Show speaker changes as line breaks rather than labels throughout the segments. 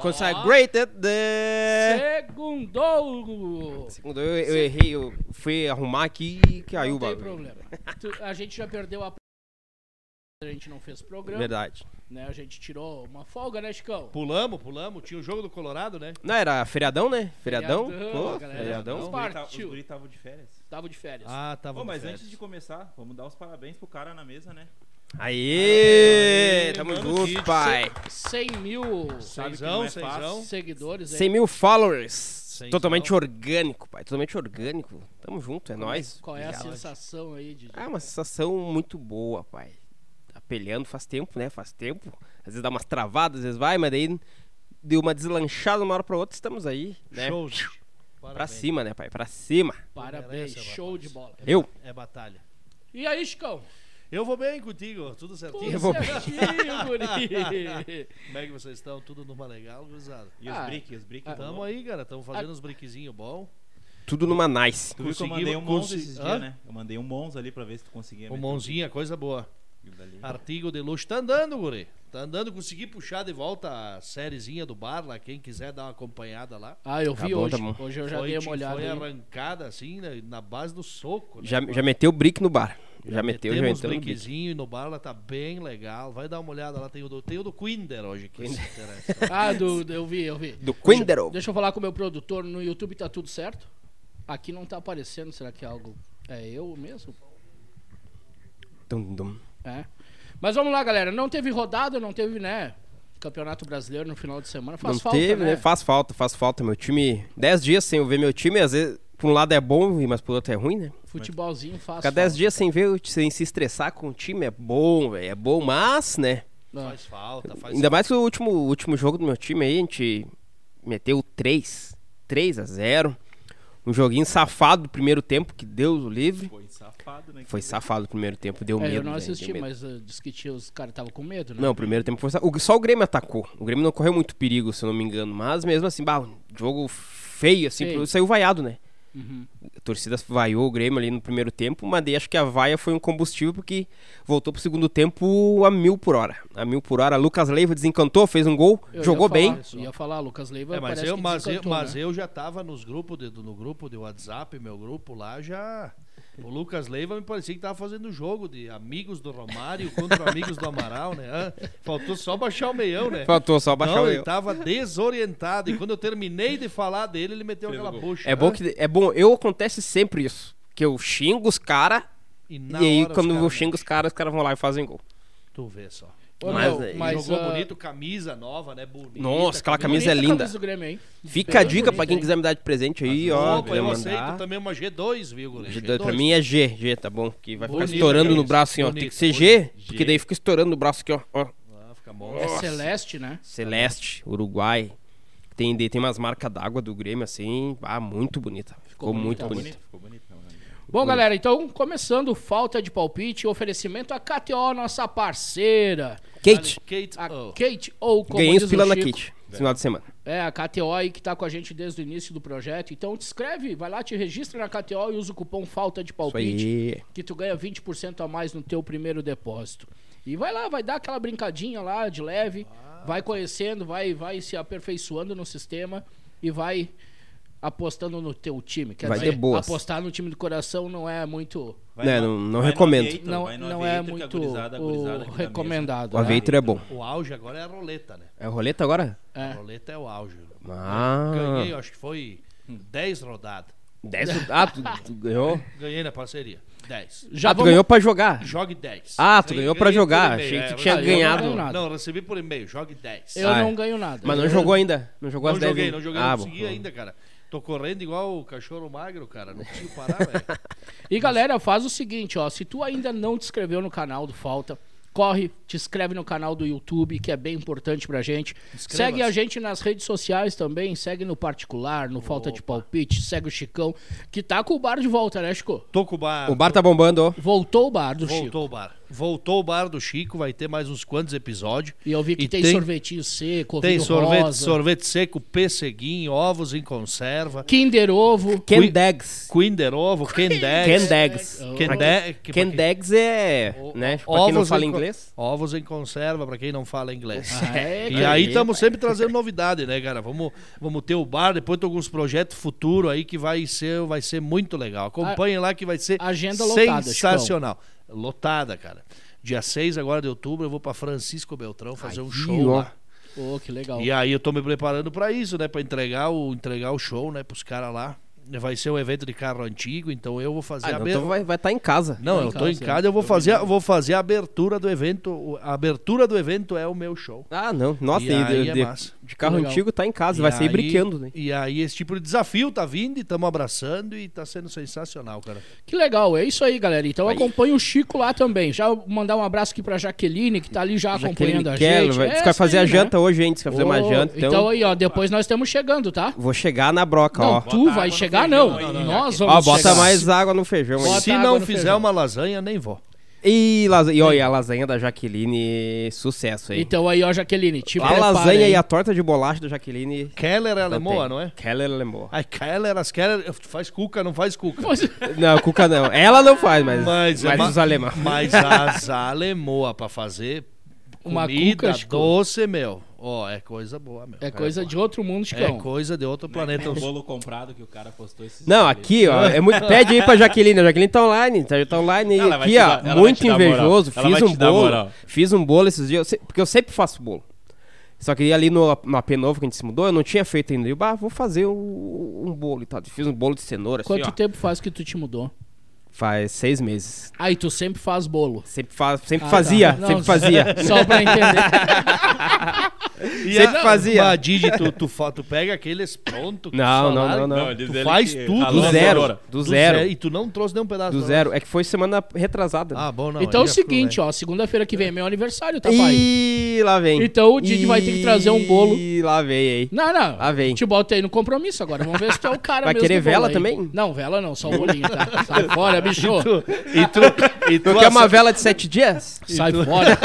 quando sai Greater the...
Segundou!
Segundo eu, eu errei, eu fui arrumar aqui e caiu o
Não tem
bagulho.
problema. Tu- A gente já perdeu a... A gente não fez programa,
Verdade.
né? A gente tirou uma folga, né, Chicão?
Pulamos, pulamos. Tinha o jogo do Colorado, né?
Não, era feriadão, né? Feriadão.
Feriadão,
Pô,
galera.
feriadão.
Os
Partiu.
guri ta- Os guri estavam de férias.
Tava de férias.
Ah, tava.
Ô,
de
mas
férias.
antes de começar, vamos dar os parabéns pro cara na mesa, né?
Aê, tamo
mano,
junto,
Kid.
pai.
100 mil
Sabe que não
Seisão,
é fácil.
seisão.
seguidores. aí.
100 mil followers.
Sem
Totalmente
sal.
orgânico, pai. Totalmente orgânico. Tamo junto, é nóis.
Qual é a
Obrigado.
sensação aí de...
Ah, uma sensação muito boa, pai. Tá peleando faz tempo, né? Faz tempo. Às vezes dá umas travadas, às vezes vai, mas daí deu uma deslanchada de uma hora pra outra, estamos aí, né?
Show. gente.
Pra
Parabéns.
cima, né, pai? Pra cima.
Parabéns,
Merece,
show
rapaz.
de bola.
Eu.
É batalha.
E aí, Chicão?
Eu vou bem contigo, tudo certinho.
Eu vou bem.
certinho, guri.
Como é que vocês estão? Tudo numa legal, gurizada?
E os
Ah,
briques, os briques.
Tamo aí, cara. Tamo fazendo uns briquezinhos bom.
Tudo numa nice.
Tu viu que eu
Consegui-
mandei um Mons
consi-
esses
Hã?
dias, né? Eu mandei um Mons ali pra ver se tu conseguia.
O
meter
mãozinha, é coisa boa.
aquilo dali.
Artigo de luxo. Tá andando, guri. Tá andando. Consegui puxar de volta a sériezinha do bar lá. Quem quiser dar uma acompanhada lá.
Ah, eu vi
Tá bom,
hoje.
tá bom.
hoje eu já
foi,
dei
ti-
uma olhada.
Foi
aí.
arrancada assim, né, na base do soco. Né?
Já, já meteu o brick no bar. Já, meteu, já
Temos
meteu no brick.
brinquezinho no bar, lá tá bem legal. Vai dar uma olhada lá. Tem o do, tem o do Quinder hoje, que se interessa.
Ah, do, do- eu vi, eu vi.
Do Quindero.
Deixa eu falar com o meu produtor. No YouTube tá tudo certo? Aqui não tá aparecendo. Será que é algo. É eu mesmo?
Dum, dum.
É. Mas vamos lá, galera. Não teve rodada, não teve, né? Campeonato Brasileiro no final de semana. Faz
Não
falta,
teve, né? Faz falta, faz falta. Meu time. 10 dias sem eu ver meu time, às vezes, por um lado é bom, mas por outro é ruim, né?
Futebolzinho faz.
Ficar 10 dias sem ver, sem se estressar com o time é bom, velho. É bom, mas, né?
Não.
faz falta, faz
Ainda mais que o último, o último jogo do meu time aí, a gente meteu 3. 3 a 0. Um joguinho safado do primeiro tempo, que Deus o livre.
Foi safado, né?
Foi
Aquilo
safado o primeiro tempo, deu
É,
medo.
eu não
velho,
assisti,
deu medo.
mas eh, disse que tinha, os caras estavam com medo, né?
Não, o primeiro tempo foi sa- o- Só o Grêmio atacou. O Grêmio não correu muito perigo, se eu não me engano. Mas mesmo assim, bah, um jogo feio, assim.
Feio.
pro- Saiu vaiado, né?
Uhum.
A torcida vaiou o Grêmio ali no primeiro tempo, mas daí acho que a vaia foi um combustível porque voltou pro segundo tempo a mil por hora. A mil por hora. Lucas Leiva desencantou, fez um gol,
Eu ia
jogou
falar,
bem.
eu Ia falar, Lucas Leiva.
É, mas
parece
eu,
que
mas, eu,
desencantou,
mas
né?
eu já tava nos grupos de- do- no grupo de WhatsApp, meu grupo lá já. O Lucas Leiva me parecia que tava fazendo jogo de amigos do Romário contra amigos do Amaral, né? Hã? Faltou só baixar o meião, né?
Faltou só baixar
Não,
o
ele tava desorientado. E quando eu terminei de falar dele, ele meteu aquela bucha.
É bom
Hã?
que é bom, eu acontece sempre isso, que eu xingo os cara
E,
e
na
aí
hora os
quando
cara
eu
metem.
xingo os caras, os caras vão lá e fazem gol.
Tu vê só.
Ô,
Mas,
meu,
eh,
mas,
Jogou
ah,
bonito, camisa nova, né? Bonita,
Nossa, aquela
bonita
camisa é
a
linda.
do Grêmio, hein?
Fica
Bem
a dica pra
bonita,
quem
hein?
quiser me dar de presente aí, ó,
Opa, eu
mandar.
aceito também né? uma G2, viu, Guri?
G2 Pra mim é G, G, tá bom? Que vai ficar
Bonito,
estourando no
bonito,
braço, assim, ó. Tem
bonito,
que ser G, porque daí fica estourando no braço aqui, ó. ó.
Ah, fica bom.
É Celeste, né?
Celeste, Uruguai. Tem, tem umas marcas d'água do Grêmio, assim. Ah, muito bonita. Ficou,
bonita,
muito bonita.
Ficou bonito, ficou bonito. não, né?
Bom, galera, então, começando falta de palpite, oferecimento a KTO, nossa parceira.
Kate, Ah,
Kate,
A
oh.
Kate ou como
ganhei
diz
os
o
pila na
Chico,
Kate. esse Final de semana.
É, a KTO aí que tá com a gente desde o início do projeto. Então, te inscreve, vai lá, te registra na KTO e usa o cupom falta de
Isso
palpite.
aí.
que tu ganha 20% a mais no teu primeiro depósito. E vai lá, vai dar aquela brincadinha lá de leve, vai conhecendo, vai vai se aperfeiçoando no sistema e vai apostando no teu time. Quer
Vai
dizer,
de boas.
apostar no time do coração não é muito
Vai
Né,
no-
não- não
vai no
recomendo.
Aviator,
não,
vai no
não é
Aviator, que a
muito
gurizada- a gurizada
o
que tá
recomendado.
O
né?
Aveitro é bom.
O auge agora é a roleta, né?
É o roleta agora?
A
É.
roleta é o auge.
Ah.
Ganhei, acho que foi 10 rodadas.
10 Ah, tu, tu ganhou?
Ganhei na parceria. 10.
Já
ah, tu
vamos-
ganhou pra jogar.
Jogue 10.
Ah, tu ganhou pra
ganhei por
jogar,
e-mail.
achei que tu
eu
tinha
recebi-
ganhado.
Não, não, eu recebi por e-mail. Jogue 10.
Eu
Ah, é.
não ganho nada.
Mas não
Eu-
jogou ainda. Não jogou
Não
as 10
joguei,
ainda.
não joguei,
Ah,
não
bom.
consegui ainda, cara. Tô correndo igual o cachorro magro, cara. Não consigo parar, velho.
E galera, faz o seguinte, ó, se tu ainda não te inscreveu no canal do Falta, corre, te inscreve no canal do YouTube, que é bem importante pra gente.
Inscreva-se.
Segue a gente nas redes sociais também, segue no particular, no Falta de Palpite, segue o Chicão, que tá com o bar de volta, né, Chico?
Tô com o bar.
O bar tá bombando, ó.
Voltou o bar do Chico.
Voltou o bar. Voltou o bar do Chico, vai ter mais uns quantos episódios.
E eu vi que
E
tem,
tem-
sorvetinho seco,
Tem
ovinho
sorvete,
rosa,
sorvete seco, pesseguinho, ovos em conserva,
Kinder Ovo.
Cui-
Kendegs.
Kinder Ovo, Kendex.
Kendegs.
É Kende- que- pra quem-
Kendegs é,
O-
né, pra quem não
ovos
fala
em co-
inglês.
Ovos em conserva, pra quem não fala inglês.
Ah, é,
E
cara.
aí estamos sempre trazendo novidade, né, cara? Vamos, vamos ter o bar, depois tem alguns projetos futuros aí que vai ser, vai ser muito legal. Acompanhem lá que vai ser
Agenda lotada,
sensacional. Lotada, cara. Dia 6 agora de outubro eu vou pra Francisco Beltrão fazer um
Aí,
show
ó. Ah,
lá.
Ô, que legal.
Então.
E aí eu tô me preparando pra isso, né, Pra entregar o entregar o show, né, pros caras lá. Vai ser um evento de carro antigo, então eu vou fazer
Ah,
a
não,
abertura.
então vai estar em casa. é.
Não,
Tá em
eu tô em
casa,
casa, eu vou fazer, eu vou fazer a abertura do evento. O- A abertura do evento é o meu show.
Ah, não. Nossa,
E
de-
aí
de,
é
de-
massa.
de carro
Legal.
antigo tá em casa,
E
vai sair
aí-
brincando, né?
E aí esse tipo de desafio tá vindo e estamos abraçando e tá sendo sensacional, cara.
Que legal, é isso aí, galera. Então acompanha o Chico lá também. Já mandar um abraço aqui pra Jaqueline, que tá ali já acompanhando a
Kelly,
gente.
vai,
É
diz que vai
essa
fazer
aí,
a
né?
janta hoje, hein? Diz que vai fazer uma
Ô,
janta, então...
aí, ó, depois nós estamos chegando, tá?
Vou chegar na broca,
Não,
ó.
tu
Bota água
vai
no
chegar,
feijão
não.
aí, né,
Nós
Ó,
vamos
bota
chegar.
mais um água no feijão aí.
Bota
Se
água
não
no
fizer
feijão.
uma lasanha, nem vou.
E, lasa- e, ó, e a lasanha da Jaqueline, sucesso aí.
Então aí, ó, Jaqueline, te
a
prepara,
lasanha
hein?
e a torta de bolacha da Jaqueline.
Keller é
não
alemoa,
tem.
não é?
Keller Lemoa.
Ai, Keller, as Keller. Tu faz cuca, não faz cuca.
Pois-
Não, Cuca não. Ela não faz, mas,
Mas
mas,
é uma-
os alemão.
Mas as alemoa pra fazer
Uma
comida
cuca, Chico.
doce, meu. Ó, é coisa boa, meu.
É coisa de outro mundo,
É
Chicão.
coisa de outro planeta.
O um bolo comprado que o cara postou esses
Não,
dias ali.
aqui, ó. É muito... Pede aí pra Jaqueline. A Jaqueline tá online. Tá, tá online. E
Ela vai
aqui,
te
ó.
dar- ela vai
muito
te dar moral.
invejoso.
Ela
Fiz
vai
um
te dar
bolo.
moral.
Fiz um bolo esses dias. eu se- Porque eu sempre faço bolo. Só que ali no, no AP novo que a gente se mudou, eu não tinha feito ainda. Eu, bah, vou fazer um, um bolo e tal. Fiz um bolo de cenoura, assim,
Quanto
ó.
tempo faz que tu te mudou?
Faz seis meses.
Aí tu sempre faz bolo.
Sempre, fa- sempre
Ah,
fazia,
tá. Não,
sempre fazia.
Só pra entender.
E
Sempre
a-
fazia.
Mas, Didi, tu, tu, fa- tu pega aqueles prontos. que
Não,
tu
não,
falaram,
não, não.
diz
Tu
ele
faz
que
tudo.
ralou
Do
a
zero,
cenoura.
do zero,
E tu não trouxe nenhum pedaço.
do
pra
zero. É que foi semana retrasada.
nós. Ah, bom, não.
então é
aí
o
já
seguinte,
tudo
ó, segunda-feira que vem é meu aniversário, tá, pai?
E lá vem.
Então o Didi vai ter que trazer um bolo.
E lá vem aí.
Não, não.
Lá Ah, vem.
Te botei no compromisso agora. Vamos ver se tu é o cara
Vai
mesmo
querer
do bolo
vela
aí.
também?
Não, vela não, só o bolinho, tá? Sai fora, bicho.
bem. E tu, e tu,
Tu quer uma
ace-
vela de sete dias?
Sai fora.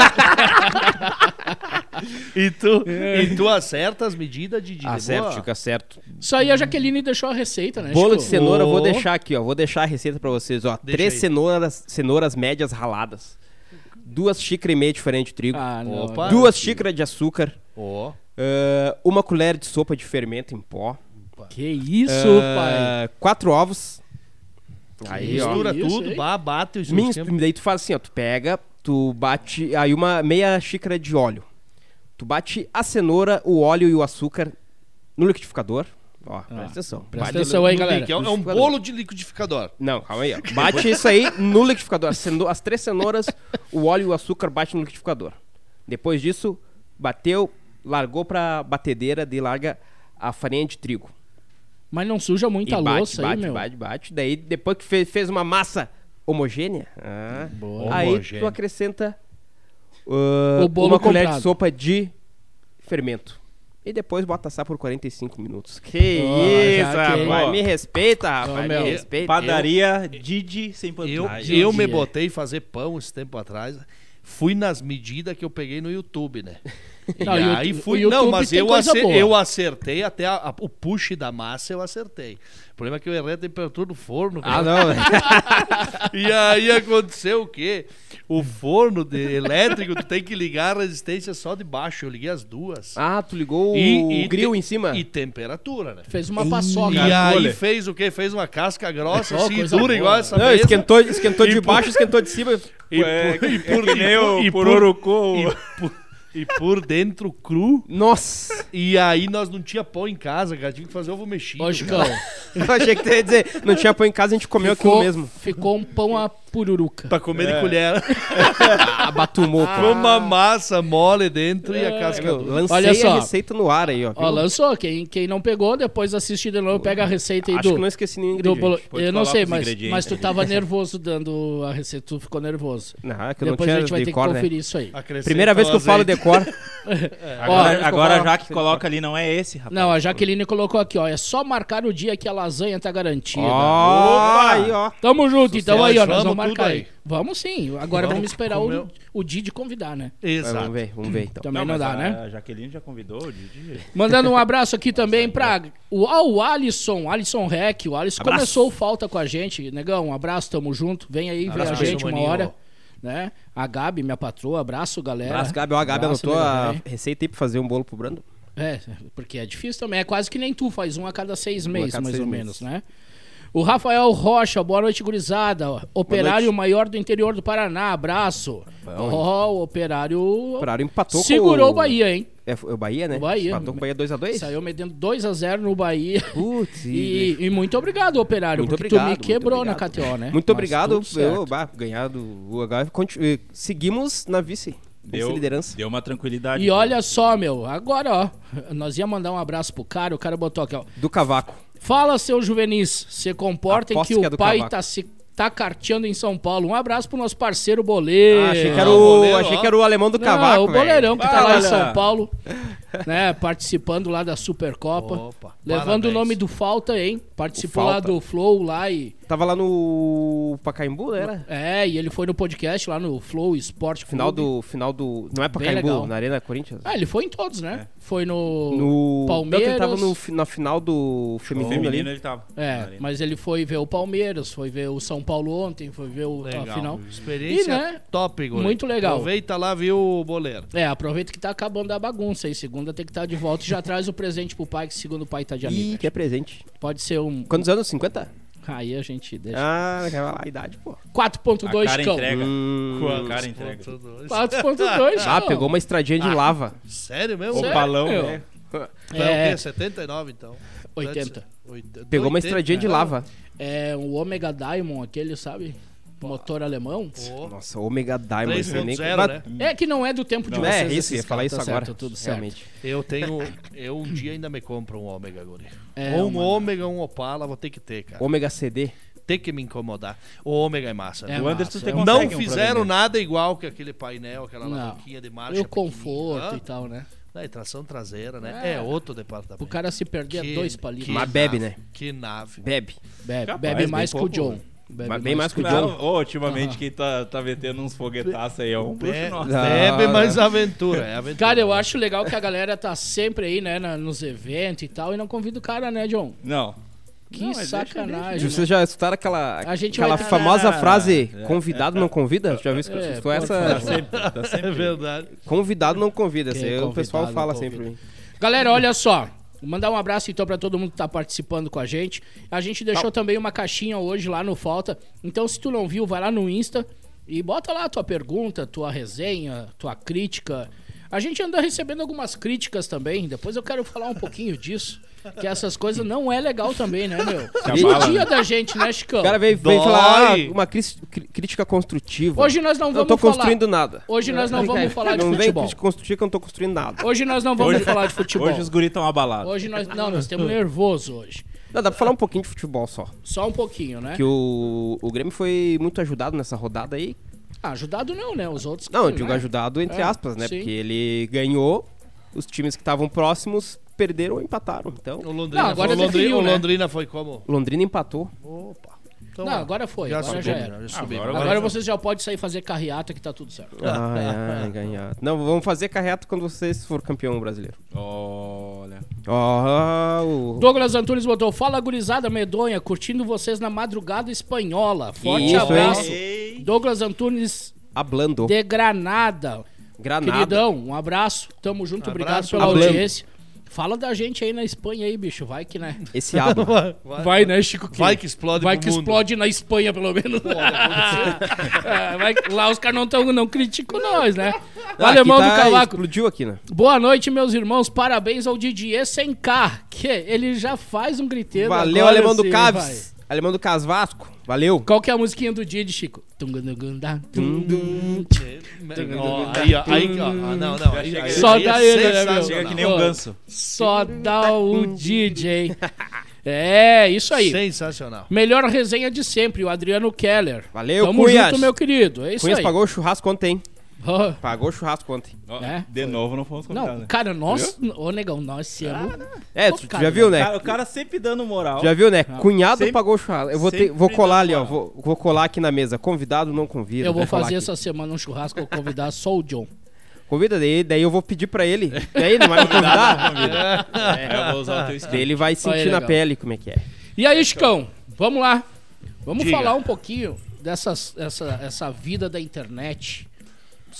e tu, e tu acerta as medidas, Didi. de boa?
Acerto, É. Chico, acerto.
Isso aí a Jaqueline deixou a receita, né,
Bolo de
Chico?
cenoura, eu vou
Ô.
deixar aqui, ó. Vou deixar a receita pra vocês, ó.
Deixa
Três
aí.
cenouras, cenouras médias raladas. Duas xícaras e meia de farinha de trigo.
Ah, não.
Opa.
agora-
duas xícaras de açúcar.
Ó,
ah, uma colher de sopa de fermento em pó.
Que isso, pai.
Ah, Quatro ovos. Aí, ó.
mistura
Isso
tudo,
aí.
bah, bate os
Minha,
esquema.
daí tu faz assim, ó, tu pega, tu bate aí uma meia xícara de óleo. Tu bate a cenoura, o óleo e o açúcar no liquidificador. Ó, presta atenção.
Presta
Bate-
atenção aí, galera.
É um- é um bolo de liquidificador.
Não, calma aí, ó. Bate isso aí no liquidificador. As, ceno- as três cenouras, o óleo e o açúcar bate no liquidificador. Depois disso, bateu, largou pra batedeira de larga a farinha de trigo.
Mas não suja muito a
e bate,
louça
bate,
aí, meu.
bate, bate. Daí, depois que fez, fez uma massa homogênea, ah,
Boa.
aí
Homogênea.
tu acrescenta ah,
O bolo
uma colher
comprado.
de sopa de fermento. E depois bota assar por 45 minutos. Que
Ó,
isso,
já que-
rapaz.
Ó.
Me respeita, rapaz.
meu,
me respeita.
Padaria Didi sem
Eu,
pantalha.
eu me
entendi, é.
botei fazer pão esse tempo atrás. Fui nas medidas que eu peguei no YouTube, né? E
Não, o
aí
YouTube-
fui.
o
Não,
YouTube
mas
tem
eu,
coisa
acer-
boa.
eu acertei até a- a- o push da massa, eu acertei. O problema é que eu errei a temperatura do forno.
Ah,
cara.
não.
E aí aconteceu o quê? O forno de- elétrico, tu tem que ligar a resistência só de baixo. Eu liguei as duas.
ah, tu ligou o grill
te-
em cima?
E temperatura, né?
Fez uma paçoca.
E aí
Gargolha.
fez o quê? Fez uma casca grossa,
Ó,
assim,
coisa
dura
boa.
igual essa
não,
mesa.
esquentou, esquentou
E
de
por-
baixo, esquentou de cima.
E
É,
por, e
é que nem o
e
Pororucu.
e por- e por dentro cru.
Nossa!
E aí nós não tinha pão em casa, cara. Tive que fazer ovo mexido.
Ó, Chicão,
cara.
Eu achei que tu ia dizer, não tinha pão em casa, a gente comeu aquilo
ficou,
mesmo.
ficou um pão a pururuca.
Pra comer
É.
de colher.
Ah, batumou, pô.
Com uma massa mole dentro e a casca
É, Meu,
dura.
lancei
Olha só.
a receita no ar aí, ó.
Ó,
viu?
lançou. Quem, quem não pegou, depois assiste de novo, pega a receita aí
Acho
do...
que não esqueci nenhum
do
ingrediente.
bolo.
Depois
Eu não
coloca
sei,
os
mas,
ingredientes.
mas tu tava nervoso dando a receita, tu ficou nervoso.
Não, é que eu
Depois
não
a
tinha
gente vai ter
decor,
que
né?
conferir isso aí.
Acrescenta
Primeira vez que eu
o
falo
azeite.
decor.
Agora,
Ó,
agora já que coloca ali, não é esse, rapaz.
Não, a Jaqueline colocou aqui, ó. É só marcar o dia que a lasanha tá garantida.
Ó,
Opa!
aí, ó.
Tamo junto, então aí, ó.
Sucesso,
Nós
vamos
vamos marcar
tudo aí.
Vamos sim. Agora
Vamos,
vamos esperar
como eu-
o, o Didi convidar, né?
Vamos
Exato.
ver, vamos ver então.
Também não,
mas
dá,
a
né?
Jaqueline já convidou o Didi.
Mandando um abraço aqui também pra o, ó, o Alisson, Alisson Rec. O Alisson
Abraço.
começou o falta com a gente. Negão, um abraço, tamo junto. Vem aí ver a
Abraço,
gente uma
maninho.
hora. Né? A Gabi, minha patroa, abraço, galera.
Abraço, Gabi. Ó, a Gabi
é. Abraço,
anotou a
negão,
receita aí pra fazer um bolo pro Brando.
É, porque é difícil também. É quase que nem tu, faz um a cada seis meses,
cada
mais
seis
ou menos,
meses.
né? O Rafael Rocha, boa noite, gurizada. Operário
noite.
maior do interior do Paraná, abraço.
Bom.
Ó, o operário.
O Operário empatou
Segurou
com
o Bahia, hein?
É, foi o Bahia, né?
O Bahia.
Empatou com o Bahia 2x2?
Saiu metendo 2x0 no Bahia.
Putz,
E, e muito obrigado, operário,
Muito
porque tu me
obrigado,
quebrou
muito
na
obrigado.
KTO, né?
Muito
Mas
obrigado.
tudo certo.
Eu, bah, ganhar do UH. Conti- eh, Seguimos na vice.
Deu,
Vice-liderança.
deu uma tranquilidade.
E olha só, meu, agora, ó, nós ia mandar um abraço pro cara, o cara botou aqui, ó.
Do Cavaco.
Fala, seu juvenis, se comportem
Aposto
que
que
o
é do
pai
Cavaco.
tá se tá carteando em São Paulo. Um abraço pro nosso parceiro Boleiro.
Ah, achei que era
Ah,
o,
o goleiro,
achei
ó.
que era o alemão do
Não,
Cavaco,
o
velho.
Boleirão que tá lá em
Fala.
São Paulo, né, participando lá da Supercopa.
Opa,
levando o
parabéns.
nome do Falta, hein? Participou
O
lá
Falta.
do Flow lá e
Tava lá no Pacaembu, né? era?
é, e ele foi no podcast lá no Flow Esporte
Final
Clube.
do, final do... Não é
legal.
Pacaembu, na Arena Corinthians.
Ah, ele foi em todos, né? Foi no,
É. No... Não, que
Palmeiras.
ele tava no, fi- na final do feminino,
feminino
ali.
ele tava. Na
É,
arena.
mas ele foi ver o Palmeiras, foi ver o São Paulo ontem, foi ver o a
Legal.
final.
Experiência
E, né,
top, goleiro.
muito legal.
Aproveita lá, viu, boleiro.
É, aproveita que tá acabando a bagunça aí. Segunda tem que estar de volta e já traz o presente pro pai, que segundo o pai tá de
Ih,
amigo.
que é presente.
Pode ser um.
Quantos anos? 50?
Aí a gente deixa.
Ah, aquela lá, a idade, pô.
A
4.2
cara
cão.
entrega.
Hum,
A cara entrega.
4.2
ah,
cão.
pegou uma estradinha de lava.
Sério mesmo?
O
Sério?
balão,
meu?
né?
Então É. o
É.
quê? 79, então?
80.
Oita-
Pegou uma
80,
estradinha de
é.
lava.
É o Omega Diamond, aquele, sabe? Motor alemão.
Pô,
Nossa, Omega Diamond. eu nem-
3.0
Mas-
né?
É que não é do tempo de
Não,
vocês.
é isso,
esses
ia falar
caras,
isso
tá
agora. É.
certo, tudo certo.
realmente.
Eu tenho. Eu um dia ainda me compro um ômega, guri.
É,
Ou um
mano.
ômega, um opala, vou ter que ter, cara.
Ômega CD.
Tem que me incomodar. O ômega é massa, né?
É,
O Anderson
massa,
tem
é um-
consegue
Não
um pra
fizeram
vender.
nada igual que aquele painel, aquela
Não.
alavanquinha de marcha.
E o conforto e
pequenininha.
tal, né?
Ah, e tração traseira, né?
É.
É, outro departamento.
O cara se perder
Que-
dois palitos.
que
Mas bebe,
nave,
né?
Que nave.
Bebe.
Bebe,
Capaz,
bebe
bem
mais que o
pouco.
John. Bebe
Mas bem mais que o
Claro,
John.
ô, ultimamente quem tá, tá metendo uns foguetaços aí é um bruxo
Be-
nosso.
Não.
Bebe
Ah,
mais aventura. É aventura.
Cara, eu acho legal que a galera tá sempre aí, né, na- nos eventos e tal, e não convida o cara, né, John?
Não.
Que
Não, mas deixa,
sacanagem. né?
Vocês já escutaram aquela,
A gente
aquela
vai-
famosa
Ah,
frase
é,
convidado não convida? Já viu
É,
escutou
pode
essa?
Tá sempre, tá sempre.
É verdade.
Convidado não convida.
Quem
assim, o
convidado
pessoal
não
fala
convida.
sempre.
né? Galera, olha só. Vou Mandar um abraço então pra todo mundo que tá participando com a gente. A gente deixou
Tá.
também uma caixinha hoje lá no Falta. Então, se tu não viu, vai lá no Insta e bota lá a tua pergunta, tua resenha, tua crítica. A gente anda recebendo algumas críticas também. Depois eu quero falar um pouquinho disso. Que essas coisas não é legal também, né, meu?
abala,
Judia
né?
da gente, né, Chicão?
Tá O cara veio, veio
Dói.
falar ah, uma cris- cri- crítica construtiva.
Hoje nós não
eu
vamos
tô
falar.
construindo nada.
Hoje nós não vamos falar de
Não vem
futebol.
crítica construtiva que eu não tô construindo nada.
Hoje nós não vamos
Hoje-
falar de futebol.
Hoje os
Hoje,
guris estão abalados.
nós. Não, nós estamos nervosos hoje.
Não, dá pra falar um pouquinho de futebol só.
Só um pouquinho, né?
Que o, o Grêmio foi muito ajudado nessa rodada aí.
Ah, ajudado não, né? Os outros.
Não, eu
que,
digo
né?
ajudado entre
É,
aspas, né?
sim.
Porque ele ganhou, os times que estavam próximos perderam ou empataram. Então,
O Londrina,
Não, agora
o Londrina,
definiu,
o
né?
Londrina foi como?
Londrina empatou.
Opa. Então,
Não, agora foi.
já
agora
subimos,
já
já,
era.
subimos.
Agora-
Agora vocês já podem sair fazer carreata que tá tudo certo.
Ai, ai, ganhar. Não, vamos fazer carreto quando vocês for campeão brasileiro.
Olha.
Ó, o...
Douglas Antunes botou: Fala gurizada medonha, curtindo vocês na madrugada espanhola. Forte
Isso, hein?
abraço.
Ei.
Douglas Antunes
Ablando.
de Granada.
Granada.
Queridão, um abraço. Tamo junto, obrigado
Abraço,
pela
Ablando.
audiência. Fala da gente aí na Espanha aí, bicho. Vai que, né?
Esse abla.
Vai,
Vai, né, Chico?
Vai que explode
Vai
pro
que
mundo.
explode na Espanha, pelo menos. É, vai que lá os caras não, tão, não criticam nós, né? O
Ah,
alemão do
aqui tá-
cavaco.
Explodiu aqui, né?
Boa noite, meus irmãos. Parabéns ao Didier sem K, que ele já faz um griteiro.
Valeu,
agora
alemão do
sim,
Caves. Alemão do Casvasco. Valeu.
vai. Qual que é a musiquinha do Didi, Chico? Tungandungandá, tum, dum.
Ó, aí, ó, aí, ó. Ah, não, não. Aí, aí,
Só
aí
dá
é
ele, né, meu?
sensacional.
Chega que nem um ganso.
Só dá o DJ. É, isso aí.
Sensacional.
Melhor resenha de sempre, o Adriano Keller.
Valeu,
Tamo
Cunhas.
junto, meu querido. É isso
Cunhas
aí.
pagou o churrasco ontem. hein?
Ó,
Pagou o churrasco ontem.
Ó,
Né?
De novo não fomos convidados.
Não,
né?
cara, nós. Ô, negão, nós esse ano.
É,
Ô,
tu, tu
cara,
já viu, né?
Cara, o cara sempre dando moral.
Já viu, né? Cunhado
Sempre-
pagou o churrasco. Eu vou, ter-
sempre
vou colar ali,
dando
ó. Vou, vou colar aqui na mesa. Convidado, não convida.
eu vou
colar
fazer
aqui.
essa semana um churrasco, eu vou convidar só o John.
Convida daí, daí eu vou pedir pra ele. Daí não vai me convidar?
É, Eu vou usar o teu
Daí
estilo.
ele vai sentir na
legal.
pele como é que é.
E aí, Chicão, vamos lá. Vamos
Diga.
falar um pouquinho dessas, essa, essa vida da internet.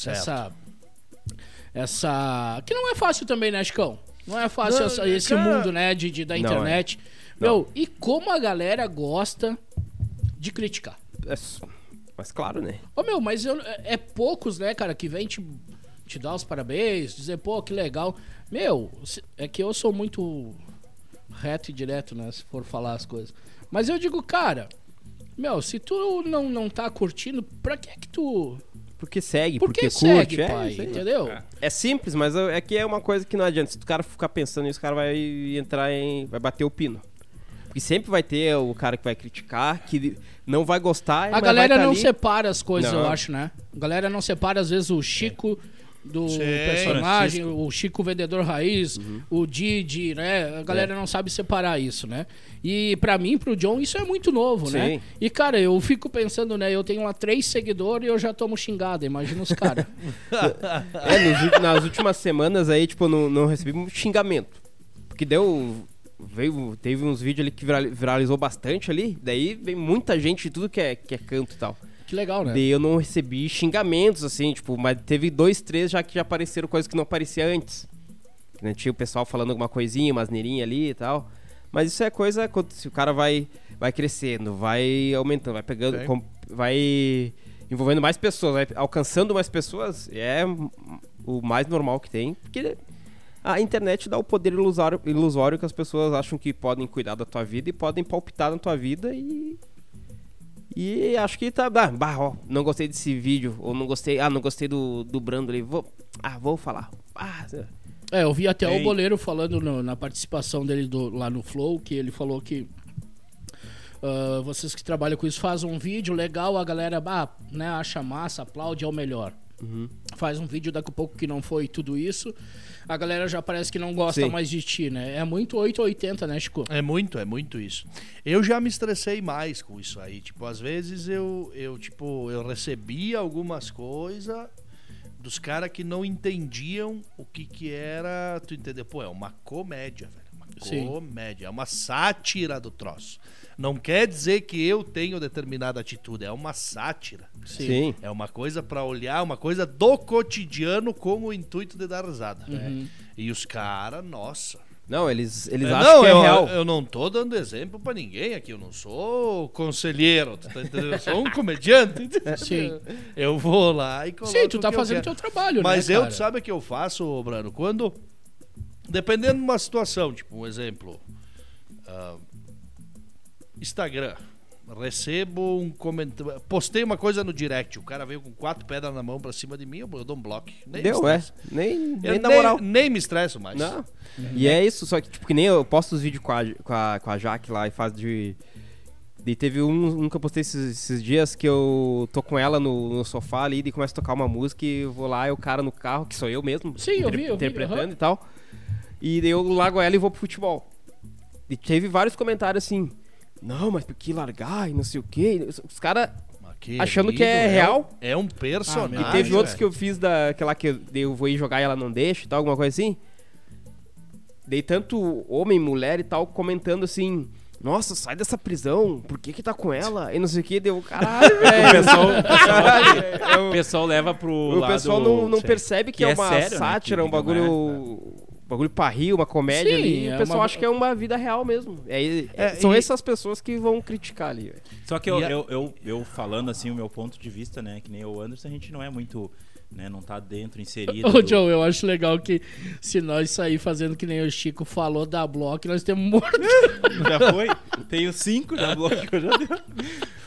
Essa. Essa. Que não é fácil também, né, Chicão? Não é fácil
Não,
essa- esse
cara.
mundo, né, de, de- da
Não,
internet. Meu, e como a galera gosta de criticar.
É s- Mas claro, né?
Ô, meu, mas eu- é- é poucos, né, cara, que vem te, te dar os parabéns, dizer, pô, que legal. Meu, se- é que eu sou muito reto e direto, né, se for falar as coisas. Mas eu digo, cara, meu, se tu não, não tá curtindo, pra que que tu...
Porque segue,
Por que
porque
segue,
curte. é,
pai,
isso aí.
entendeu?
É simples, mas é que é uma coisa que não adianta. Se o cara ficar pensando nisso, o cara vai entrar em. vai bater o pino. Porque sempre vai ter o cara que vai criticar, que não vai gostar.
A
mas
galera
vai tá
não
ali.
separa as coisas,
Não.
eu acho, né? A galera não separa, às vezes, o Chico do
Sim,
personagem, o Chico vendedor raiz,
Uhum.
o Didi, né? A
É.
galera não sabe separar isso, né? E pra mim, pro John, isso é muito novo, né?
Sim.
E, cara, eu fico pensando, né? Eu tenho lá três seguidores e eu já tomo xingada, imagina os caras.
É, nos ulti- nas últimas semanas aí, tipo, não, não recebi muito xingamento. Porque deu. Veio, teve uns vídeos ali que virali- viralizou bastante ali. Daí vem muita gente de tudo que é, que é canto e tal.
que legal, né?
Daí eu não recebi xingamentos, assim, tipo, mas teve dois, três já que já apareceram coisas que não aparecia antes. Né, Tinha o pessoal falando alguma coisinha, umas neirinhas ali e tal. Mas isso é coisa quando se o cara vai, vai crescendo, vai aumentando, vai pegando,
Sim.
com- vai envolvendo mais pessoas, vai alcançando mais pessoas, é m- o mais normal que tem, porque a internet dá o poder ilusório, ilusório que as pessoas acham que podem cuidar da tua vida e podem palpitar na tua vida e e acho que tá. Ah, bah, ó, não gostei desse vídeo. Ou não gostei. Ah, não gostei do, do Brando ali. Vou, ah, vou falar. Ah,
É, eu vi até o
Tem.
Boleiro falando no- na participação dele do- lá no Flow, que ele falou que ah, vocês que trabalham com isso fazem um vídeo legal, a galera ah, né, acha massa, aplaude, é o melhor. Faz um vídeo daqui a pouco que não foi tudo isso, a galera já parece que não gosta
Sim.
mais de ti, né? É muito 880, né, Chico?
É muito, é muito isso. Eu já me estressei mais com isso aí. Tipo, às vezes eu, eu tipo, eu recebia algumas coisas dos caras que não entendiam o que que era, tu entendeu? Pô, é uma comédia, velho. É Uma
Sim.
comédia, é uma sátira do troço. Não quer dizer que eu tenho determinada atitude, é uma sátira.
sim.
É uma coisa pra olhar, uma coisa do cotidiano com o intuito de dar risada. né? E os caras, nossa.
Não, eles, eles
É,
acham que é
eu,
real.
eu não tô dando exemplo pra ninguém aqui. Eu não sou conselheiro, tu tá entendendo? Eu sou um comediante.
Sim.
Eu vou lá e coloco.
Sim, tu
o
tá
que eu
fazendo
quero.
teu trabalho, né?
Mas eu,
cara?
tu sabe o que eu faço, ô, Brano? Quando. Dependendo de uma situação, tipo, um exemplo. ah, Instagram. Recebo um comentário. Postei uma coisa no direct. O cara veio com quatro pedras na mão pra cima de mim. Eu eu dou um bloco. Nem me
Deu, é.
estresso.
Nem,
Eu
nem na moral.
Nem me estresso mais.
Não. E é isso, só que, tipo, que nem eu posto os vídeos com a, com a, com a Jaque lá e faz de. E teve um, um que eu postei esses, esses dias que eu tô com ela no, no sofá ali e começa a tocar uma música e eu vou lá, e o cara no carro, que sou eu mesmo,
Sim, eu vi, eu vi,
interpretando
aham.
e tal. E daí eu largo ela e vou pro futebol. E teve vários comentários assim: Não, mas por que largar e não sei o quê? Os caras
Mas que
Achando que é
lindo,
real.
É um
Ah,
personagem.
meu
E teve
Ah,
outros
velho.
que eu fiz daquela que eu, eu vou ir jogar e ela não deixa e tal, alguma coisa assim. Dei tanto homem, mulher e tal, comentando assim. Nossa, sai dessa prisão, por que que tá com ela? E não sei o que, deu, caralho, velho.
O pessoal, o pessoal-
Caralho,
o pessoal leva pro
o
lado...
pessoal não, não
sei.
percebe que,
Que
é
é
uma
sério, né,
sátira,
que
um
não é,
bagulho. bagulho parri, uma comédia
Sim,
ali. E
é
o pessoal
uma-
acha que é uma vida real mesmo. É, é-
É,
são
e-
essas pessoas que vão criticar ali, velho.
Só que eu,
E a-
eu, eu, eu falando assim, o meu ponto de vista, né? Que nem o Anderson, a gente não é muito... Né, não tá dentro, inserido.
Ô,
do-
John, eu acho legal que se nós sair fazendo que nem o Chico falou da Block, nós temos morto.
Já foi? Tenho cinco já bloco, eu já dei.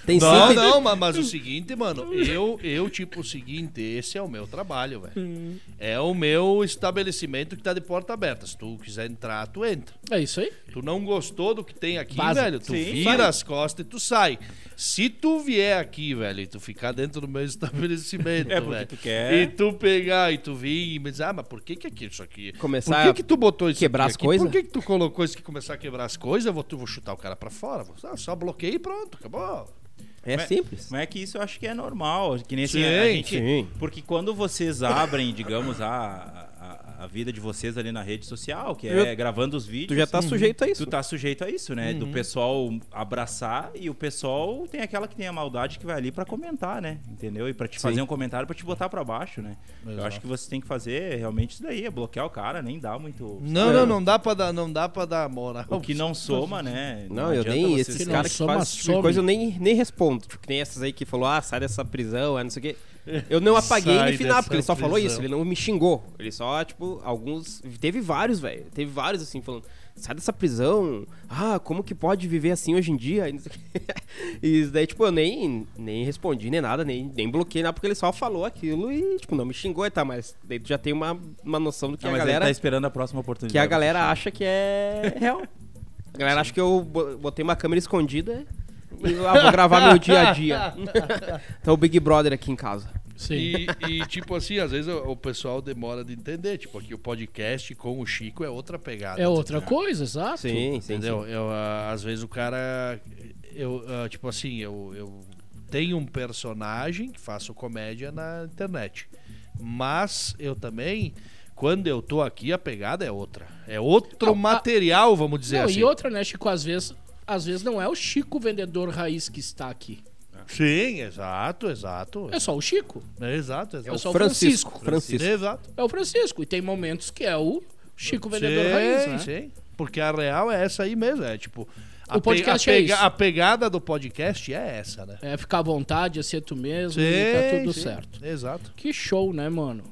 Tem
Não,
sempre-
não, mas, mas o seguinte, mano, eu, eu, tipo, o seguinte, esse é o meu trabalho, velho. É o meu estabelecimento que tá de porta aberta. Se tu quiser entrar, tu entra.
É isso aí.
Tu não gostou do que tem aqui,
Vaza.
velho? Tu
Sim.
vira
Sai.
as costas e tu sai. Se tu vier aqui, velho, e tu ficar dentro do meu estabelecimento,
É porque
velho,
tu quer.
e tu pegar e tu vir e me dizer, ah, mas por que que aqui, isso aqui?
Começar
por que que tu botou isso
quebrar
aqui
as
aqui?
coisas?
Por que que tu colocou isso aqui começar a quebrar as coisas? Eu vou, tu, vou chutar o cara pra fora. Vou, ah, só bloqueei e pronto, acabou.
É simples.
Mas é que isso eu acho que é normal, que nem assim,
Sim,
a gente-
sim.
Porque quando vocês abrem, digamos, a, a, a vida de vocês ali na rede social, que é
Eu-
gravando os vídeos.
Tu já tá sujeito a isso. Uhum.
Tu tá sujeito a isso, né? Do pessoal abraçar e o pessoal tem aquela que tem a maldade que vai ali pra comentar, né? Entendeu? E pra te fazer um comentário pra te botar pra baixo, né? Eu acho que você tem que fazer realmente isso daí, é bloquear o cara, nem dá muito.
É.
Não, não, não dá pra dar, não dá pra dar moral.
O que não soma, né?
Não, eu
adianta
nem.
você
Esses
se-
não
caras que
soma,
fazem esse tipo de
some.
coisa eu nem, nem respondo. Tipo, que nem essas aí que falou, ah, sai dessa prisão, ah, não sei o quê. Eu não apaguei
Sai
no final,
dessa
porque ele só falou
prisão.
isso, ele não me xingou. Ele só, tipo, alguns. Teve vários, velho. Teve vários assim, falando, sai dessa prisão. Ah, como que pode viver assim hoje em dia? E não sei o quê. E isso daí, tipo, eu nem, nem respondi, nem nada, nem, nem bloqueei nada, porque ele só falou aquilo e, tipo, não me xingou e tá, mas daí tu já tem uma, uma noção do que
Ah,
a
mas
galera.
ele tá esperando a próxima oportunidade.
Que a galera acha que é real. A galera acha que eu bo- botei uma câmera escondida e ah, vou gravar meu dia a dia. então o Big Brother aqui em casa.
Sim.
E, e, tipo assim, às vezes o, o pessoal demora de entender. Tipo, aqui o podcast com o Chico é outra pegada.
É outra coisa, exato.
Entendeu? Eu, ah, às vezes o cara. Eu, ah, tipo assim, eu, eu tenho um personagem que faço comédia na internet. Mas eu também, quando eu tô aqui, a pegada é outra. É outro
Não, a-
material, vamos dizer
Ah, Não,
assim.
e outra, né, Chico, às vezes, às vezes não é o Chico vendedor raiz que está aqui.
Sim, exato, exato.
É só o Chico.
É, exato,
É
exato.
só o
Francisco.
Francisco.
Francisco.
Exato.
É o Francisco. E tem momentos que é o Chico vendedor
sim,
raiz, né?
sim. Porque a real é essa aí mesmo. É tipo.
O podcast
a
é isso.
A pegada do podcast é essa, né?
É ficar à vontade, é ser tu mesmo e tá
Sim,
tudo
sim.
certo.
Exato.
Que show, né, mano?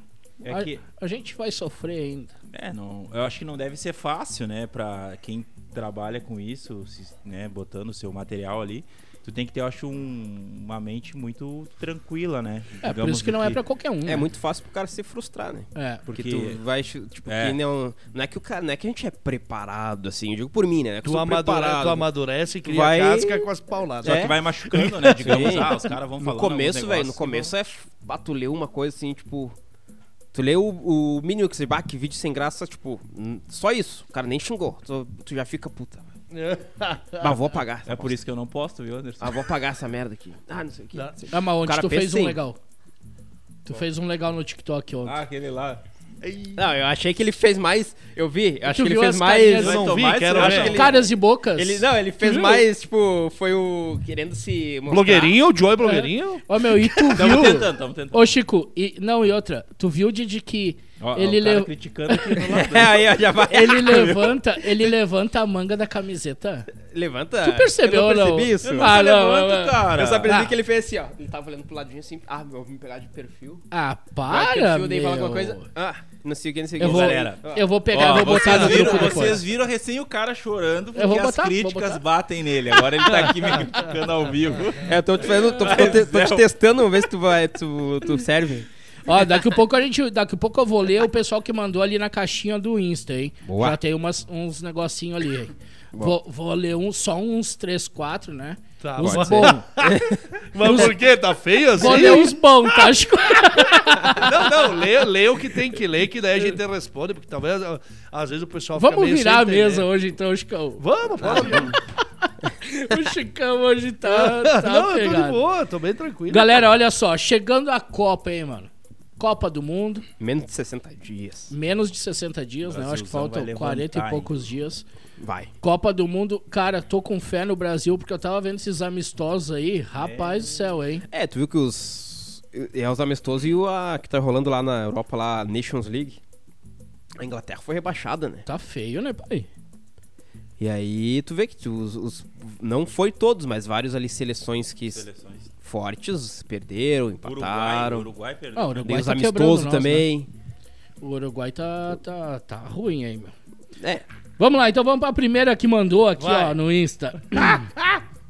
É
a,
que-
a gente vai sofrer ainda.
É, não, eu acho que não deve ser fácil, né, Pra quem trabalha com isso, se- né, botando o seu material ali. Tu tem que ter, eu acho, um- uma mente muito tranquila, né?
É, por
Digamos
isso que
do
não é pra qualquer um.
É
né?
muito fácil pro cara se frustrar, né?
É.
Porque,
Porque-
tu vai, tipo,
É.
que não, não é que o cara, não é que a gente é preparado assim, eu digo por mim, né? Não É que eu
Tu,
sou
amadure...
preparado.
tu amadurece e cria
Vai-
casca com as pauladas.
Só
É.
que vai machucando, né? Digamos,
Sim.
ah, os caras vão
no
falando
começo,
alguns
velho, no
negócios que
começo é. f- Bah, tu leu uma coisa assim, tipo. Tu leu o, o Minux, bah, que vídeo sem graça, tipo. hum, Só isso. O cara nem xingou. Tu, tu já fica puta.
Ah.
Mas vou apagar.
vão- É por isso que eu não posto, viu, Anderson?
Ah, vou apagar essa merda aqui. Ah, não sei o que.
Tá.
Ah, mas onde
cara
tu fez
pensa
um
em-
legal? Tu fez um legal no TikTok ontem.
Ah, aquele lá.
Não, eu achei que ele fez mais. Eu vi, eu acho
Tu
que ele
viu
fez
as
mais.
carinhas?
Eu
Vai
não vi,
tomar esse
quero
acho
ver.
que ele-
Caras e bocas.
Ele, não, ele fez
viu?
mais, tipo, foi o. Querendo se. Mostrar.
Blogueirinho, o Joey Blogueirinho?
Ó, meu, e tu
Tamo
viu?
É. tentando, tamo tentando.
Ô, Chico, e, não, e outra. Tu viu, Didi, que
Ó, ó,
ele,
o cara
le-
criticando aqui do lado.
É, aí, ó, já vai.
ele levanta ele levanta a manga da camiseta?
Levanta.
Tu percebeu
eu
ou não?
percebi isso?
Eu
Eu,
não Ah, sei, não, levanta, não,
cara.
eu só percebi
Ah.
que ele fez assim, ó. Ele tava olhando pro ladinho assim. Ah, meu, eu vou me pegar de perfil.
Ah,
Pegar de
para,
perfil, daí fala alguma
meu.
coisa. Ah, não sei o que, não sei o que.
Eu vou,
Galera.
eu vou pegar,
Ó,
eu vou botar
vocês
no
viram,
grupo
Vocês
depois.
viram recém o cara chorando porque
vou
as
botar, vou
críticas
botar.
batem nele. Agora ele tá aqui me criticando ao vivo.
É, eu tô te fazendo. Tô, tô te, tô te testando, vamos ver se tu vai. Tu, tu serve.
Ó, daqui a pouco a gente, daqui a pouco eu vou ler o pessoal que mandou ali na caixinha do Insta, hein?
Boa.
Já tem umas, uns negocinho ali, hein? Vou, vou ler um, só uns três, quatro, né?
Tá,
uns
pode ser.
bons.
Mas por quê? Tá feio assim?
Vou ler uns bons, tá? Chico?
Não, não, lê, lê o que tem que ler, que daí a gente responde, porque talvez ah, às vezes o pessoal fica
Vamos
meio
virar a
sem entender.
mesa hoje, então, Chicão.
Vamos, vamos.
O Chicão hoje tá, tá
não, eu tô de
pegado.
boa, tô bem tranquilo.
Galera, olha só, chegando a Copa, hein, mano? Copa do Mundo,
Menos de 60 dias.
menos de 60 dias, né? Eu acho que
Brasilzão
faltam
vai
40 e
levantar,
poucos dias.
Vai.
Copa do Mundo, cara, tô com fé no Brasil, porque eu tava vendo esses amistosos aí, rapaz do céu, hein?
É, tu viu que os. É os amistosos e o a, que tá rolando lá na Europa, lá, Nations League. A Inglaterra foi rebaixada, né?
Tá feio, né, pai?
E aí tu vê que tu- os, os- não foi todos, mas vários ali seleções que s-
Seleções.
fortes perderam,
Uruguai,
empataram.
Uruguai perdeu.
Ah, o
né?
Daí
Uruguai
os
tá quebrando
amistosos
nós,
também.
né? O Uruguai tá, tá, tá ruim aí, meu.
É.
Vamos lá, então vamos pra primeira que mandou aqui,
Vai.
ó, no Insta.
Vai.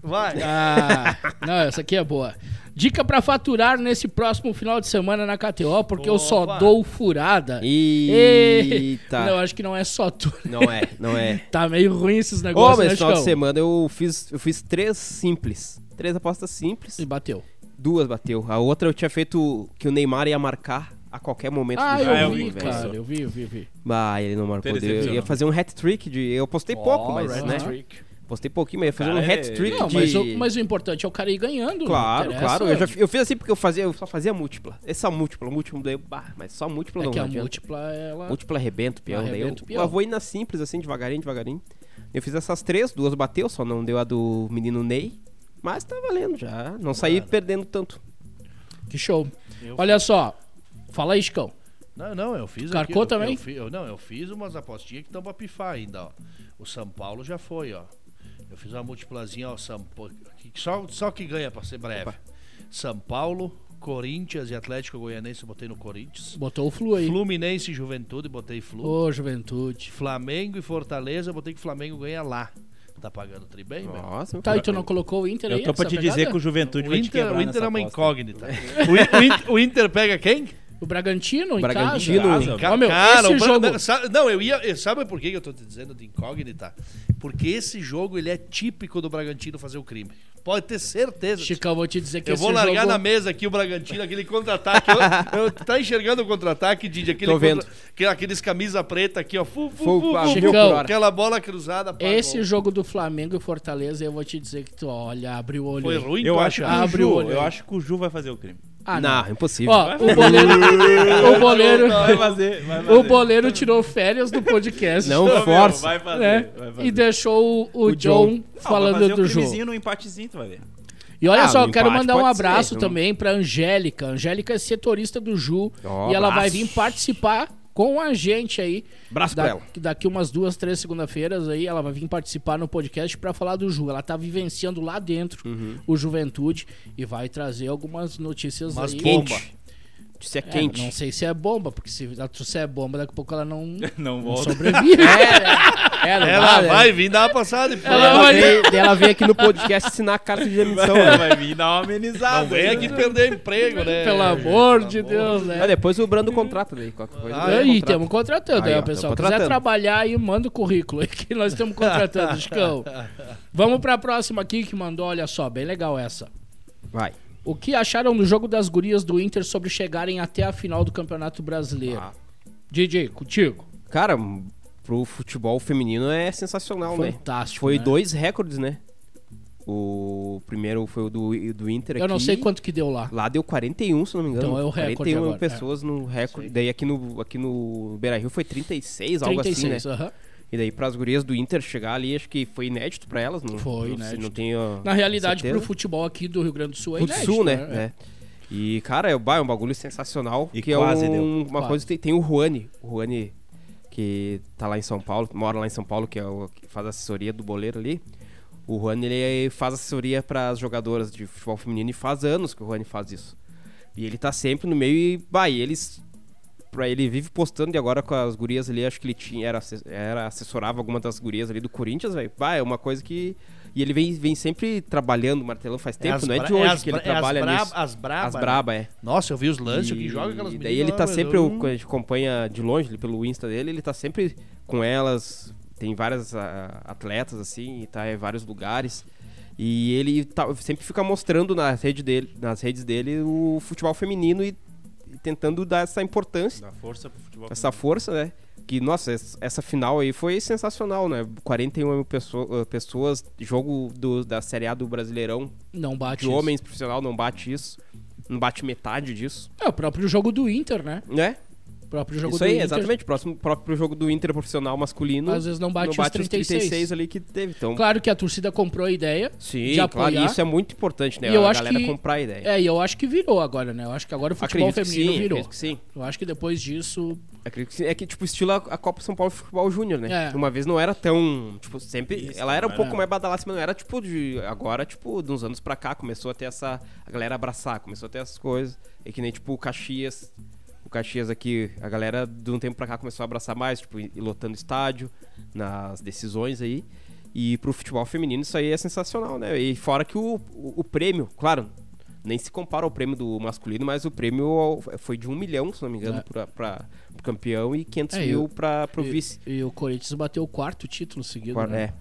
Ah, não, essa aqui é boa. Dica pra faturar nesse próximo final de semana na KTO, porque eu só
Opa.
dou furada.
Eita.
Não, acho que não é só tu.
Não é, não é.
Tá meio ruim esses
Ô,
negócios,
mas
né,
esse final de
Chicão?
semana eu fiz, eu fiz três simples. Três apostas simples.
E bateu.
Duas bateu. A outra eu tinha feito que o Neymar ia marcar a qualquer momento
Ah,
do
eu,
jogo.
Ah, eu
vi,
vi,
cara.
velho.
Eu vi, eu vi, eu vi.
Ah, ele não marcou.
Ele
Eu ia
decepcionou.
fazer um hat-trick de... Eu postei pouco, mas,
right.
né?
Aham.
Postei pouquinho, mas ia fazer um
Cara, é-
hat-trick
Não,
de...
mas, o, mas o importante é o cara ir ganhando. não
Claro,
interessa.
claro. Eu, já, fi- eu fiz assim porque eu, fazia, eu só fazia múltipla. Essa múltipla, múltipla, daí eu, bah, mas só múltipla
É
não,
que
não
a
adianta.
múltipla, ela...
Múltipla arrebento, peão. daí
Arrebenta
eu,
o peão.
eu vou indo na simples, assim, devagarinho, devagarinho. Eu fiz essas três, duas bateu, só não deu a do menino Ney. Mas tá valendo já. Não saí perdendo tanto.
Que show. Olha só. Fala aí, Chicão.
Não, não, eu fiz.
Carcou
eu-
também?
eu fi- eu- não, eu fiz umas apostinhas que estão pra pifar ainda, ó. O São Paulo já foi, ó. Eu fiz uma multiplazinha, ó, São Paulo. Só, só que ganha, pra ser breve. São Paulo, Corinthians e Atlético Goianense, eu botei no Corinthians.
Botou o flu aí.
Fluminense e Juventude, botei Flu.
Ô, juventude.
Flamengo e Fortaleza, eu botei que o Flamengo ganha lá. Tá pagando tri bem, velho?
Nossa,
Tá, e tu não colocou o Inter aí?
Eu tô pra
nessa
te dizer
pegada?
que o Juventude
O
vai te
Inter,
quebrar
o Inter
nessa
é uma
aposta.
incógnita. O, In- o Inter, o Inter pega quem?
O Bragantino em
Bragantino.
casa.
Em
Ó, meu, esse
o é Bra-
jogo...
Não, sa- não, eu ia. eu- Sabe por que que eu tô te dizendo de incógnita? Porque esse jogo ele é típico do Bragantino fazer o crime. Pode ter certeza. disso.
Chicão, vou te dizer que
eu
esse
vou largar
jogo...
na mesa aqui o Bragantino, aquele contra-ataque. Eu- eu- tá enxergando o contra-ataque, Didi? Aquele
Tô vendo.
contra- aquele- aqueles camisa preta aqui, ó. Fu, fu,
Fu,
fu,
pá,
fu,
mil
Chicão.
por
fu.
hora.
Aquela bola cruzada. pá,
Esse
gol.
jogo do Flamengo e Fortaleza, eu vou te dizer que tu, olha, abre o olho.
foi
aí.
ruim,
Eu
tu
acho, que
acha?
o
Abre o
Ju-
olho
eu
aí.
acho que o Ju vai fazer o crime.
Ah, não.
não, impossível.
Ó, o boleiro... o boleiro...
Vai fazer, vai fazer.
O boleiro tirou férias do podcast.
Não
Ô, meu,
força.
Vai fazer,
né?
vai fazer.
E deixou o, o
O
John,
John.
Não, vai
falando
fazer
do
um
jogo.
crimezinho no empatezinho, tu vai ver.
E olha
Ah,
só,
no
eu quero
empate
mandar um
pode ser,
abraço
não-
também pra Angélica. Angélica é setorista do Ju
Ó,
e ela vai
abraço.
vir participar com a gente aí.
Abraço
da-
pra ela.
Daqui umas duas, três segunda-feiras aí, ela vai vir participar no podcast pra falar do Ju. Ela tá vivenciando lá dentro
Uhum.
o Juventude e vai trazer algumas notícias
Mas
aí.
bomba.
Isso é
É,
quente.
Não sei se é bomba, porque se ela trouxer bomba, daqui a pouco ela não
Não volta.
sobrevive. é, é, não
Ela
dá, né?
vai vir dar uma passada e pô.
Ela
Ela
vai-
veio, daí ela veio aqui no podcast assinar a carta de
Então,
demissão. né?
vai vir dar uma amenizada. né?
Não vem aqui perder emprego, né?
Pelo
É,
amor de Deus, né?
Ah, depois o Brando contrata daí. Qualquer coisa.
Ah,
o Brando
aí,
contrata.
temos contratando. Aí,
Aí,
ó,
ó,
pessoal,
tamo
quiser
contratando.
trabalhar aí, manda o currículo aí que nós estamos contratando, Chicão. Vamos pra próxima aqui que mandou, olha só, bem legal essa.
Vai.
O que acharam do jogo das gurias do Inter sobre chegarem até a final do Campeonato Brasileiro?
Ah.
DJ, contigo.
Cara, pro futebol feminino é sensacional, né?
Fantástico.
Foi
né?
dois recordes, né? O primeiro foi o do, do Inter
Eu não
aqui.
sei quanto que deu lá.
Lá deu 41, se não me engano.
Então é o recorde
41
agora,
pessoas no recorde. Daí aqui no, aqui no Beira Rio foi 36, algo assim, né?
36, aham.
E daí pras gurias do Inter chegar ali, acho que foi inédito pra elas. Não,
Foi
não,
inédito.
Sei, não tenho
Na realidade,
certeza.
pro futebol aqui do Rio Grande do Sul é
Pro
inédito,
Sul, né?
É.
É. E, cara, é um ba- é um bagulho sensacional.
E
que
quase
é um-
deu.
uma
Quase.
coisa que tem, tem o Juani. O Juani, que tá lá em São Paulo, mora lá em São Paulo, que, é o, que faz assessoria do boleiro ali. O Juani, ele faz assessoria para as jogadoras de futebol feminino e faz anos que o Juani faz isso. E ele tá sempre no meio e, bah, e eles. Pra ele vive postando e agora com as gurias ali, acho que ele tinha, era, asse- era assessorava alguma das gurias ali do Corinthians, velho. Bah, é uma coisa que. E ele vem, vem sempre trabalhando, martelando faz tempo,
as
não é
bra-
de hoje
as
que ele
bra- é as
trabalha
bra-
nisso.
As braba.
As braba, é.
Nossa, eu vi os lances que
E
joga aquelas meninas.
daí ele tá
lá, mas
sempre,
eu
eu-
não-
quando a gente acompanha de longe ele pelo Insta dele, ele tá sempre com elas, tem várias ah, atletas assim, e tá em vários lugares. E ele tá- sempre fica mostrando na rede dele, nas redes dele o futebol feminino e, e tentando dar essa importância,
Dá força pro futebol.
essa força, né? Que, nossa, es- essa final aí foi sensacional, né? 41 mil pesso- ah, pessoas, jogo do- da Série A do Brasileirão,
Não bate
de
isso.
homens profissional, não bate isso. Não bate metade disso,
É o próprio jogo do Inter, né?
né?
O próprio jogo
Isso
do
aí,
Inter.
exatamente. Próximo, próprio jogo do Inter profissional masculino.
Às vezes não bate os 36.
ali que teve. Então,
Claro que a torcida comprou a ideia.
sim,
de
claro.
apoiar.
e Isso é muito importante, né?
E eu
a
acho
galera
que-
comprar a ideia.
É, e eu acho que virou agora, né? Eu acho que agora o futebol
acredito que
feminino
sim,
virou.
acredito que sim.
Eu acho que depois disso.
Acredito que sim. É que, tipo, estilo a, a Copa São Paulo Futebol Júnior, né?
É.
Uma vez não era tão. Tipo, sempre.
Isso,
ela era um
não
pouco
era.
mais badalada, mas não era, tipo, de. Agora, tipo, de uns anos pra cá, começou a ter essa. A galera abraçar, começou a ter essas coisas. É que nem, tipo, o Caxias. O Caxias aqui, a galera de um tempo pra cá começou a abraçar mais, tipo, e lotando estádio, nas decisões aí. E pro futebol feminino isso aí é sensacional, né? E fora que o, o, o prêmio, claro, nem se compara ao prêmio do masculino, mas o prêmio ao- foi de um milhão, se não me engano,
É.
pra, pra- pro campeão e 500
É, e
mil
o-
pra, pro vice.
E, e o Corinthians bateu o quarto título seguido.
Claro,
né?
é.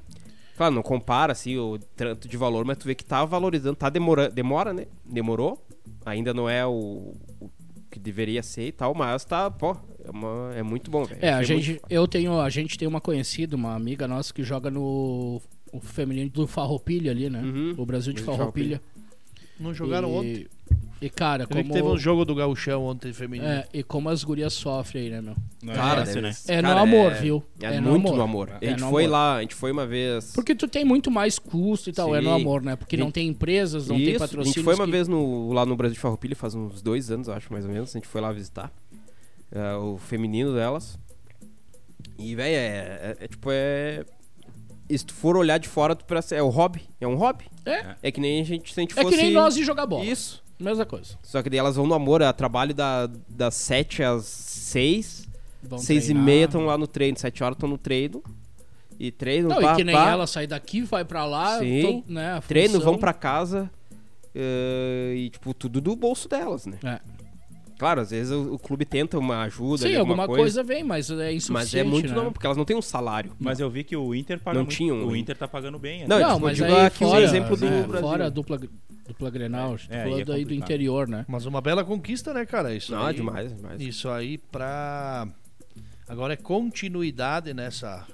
Claro, não compara assim o tanto de valor, mas tu vê que tá valorizando, tá demorando, demora, né? Demorou. Ainda não é o, o que deveria ser e tal, mas tá, pô, é, uma- é muito bom, velho.
É, a
Achei muito
gente, eu tenho, a gente tem uma conhecida, uma amiga nossa que joga no o feminino do Farroupilha ali, né?
Uhum.
O Brasil de
Brasil de Farroupilha.
Farroupilha.
Não jogaram
e,
ontem.
E cara,
Eu vi que
como
teve um jogo do Gauchão ontem feminino.
é, e como as gurias sofrem aí, né, meu?
Não
Cara,
fácil,
deve
né?
ser.
É no
Cara,
amor,
é-
viu?
É, muito no amor. A
É
gente
no
foi
amor.
lá, a gente foi uma vez.
Porque tu tem muito mais custo e tal, é no
Sim.
amor, né? Porque não
Gente-
tem empresas, não tem
Isso, a
patrocínio.
gente foi uma vez no, lá no Brasil de Farroupilha, faz uns dois anos, eu acho, mais ou menos. A gente foi lá visitar é, o feminino delas. E, velho, é, é- é tipo, é... E se tu for olhar de fora, tu pensa, é o hobby, é um hobby.
É,
É que nem a gente, se a gente
é
fosse...
que nem nós e jogar bola.
Isso.
Mesma coisa.
Só que daí elas vão no amor, é trabalho da, das 7 às 6.
Vão
6 e
treinar.
meia estão lá no treino, 7 horas estão no treino. E treino,
Não,
pá,
e que nem
pá.
ela sai daqui, vai pra lá,
Sim.
to- né? a
Treino,
função.
vão pra casa. eh, e, tipo, tudo do bolso delas, né?
É.
Claro, às vezes o, o clube tenta uma ajuda,
Sim,
ali,
alguma coisa vem, mas é insuficiente.
mas é muito
né?
não, porque elas não têm um salário.
Mas eu vi que o Inter paga
Não
muito.
tinha um.
O Inter tá pagando bem.
Não,
até.
eu
Não,
digo,
mas
digo
aí
aqui um
fora,
exemplo do
né,
Brasil.
fora a dupla, dupla Grenal, a gente tá
É, aí é
falando aí do
complicado.
interior, né?
Mas uma bela conquista, né, cara? Isso
Não, é
aí,
demais, demais.
Isso aí pra. Agora é continuidade nessa.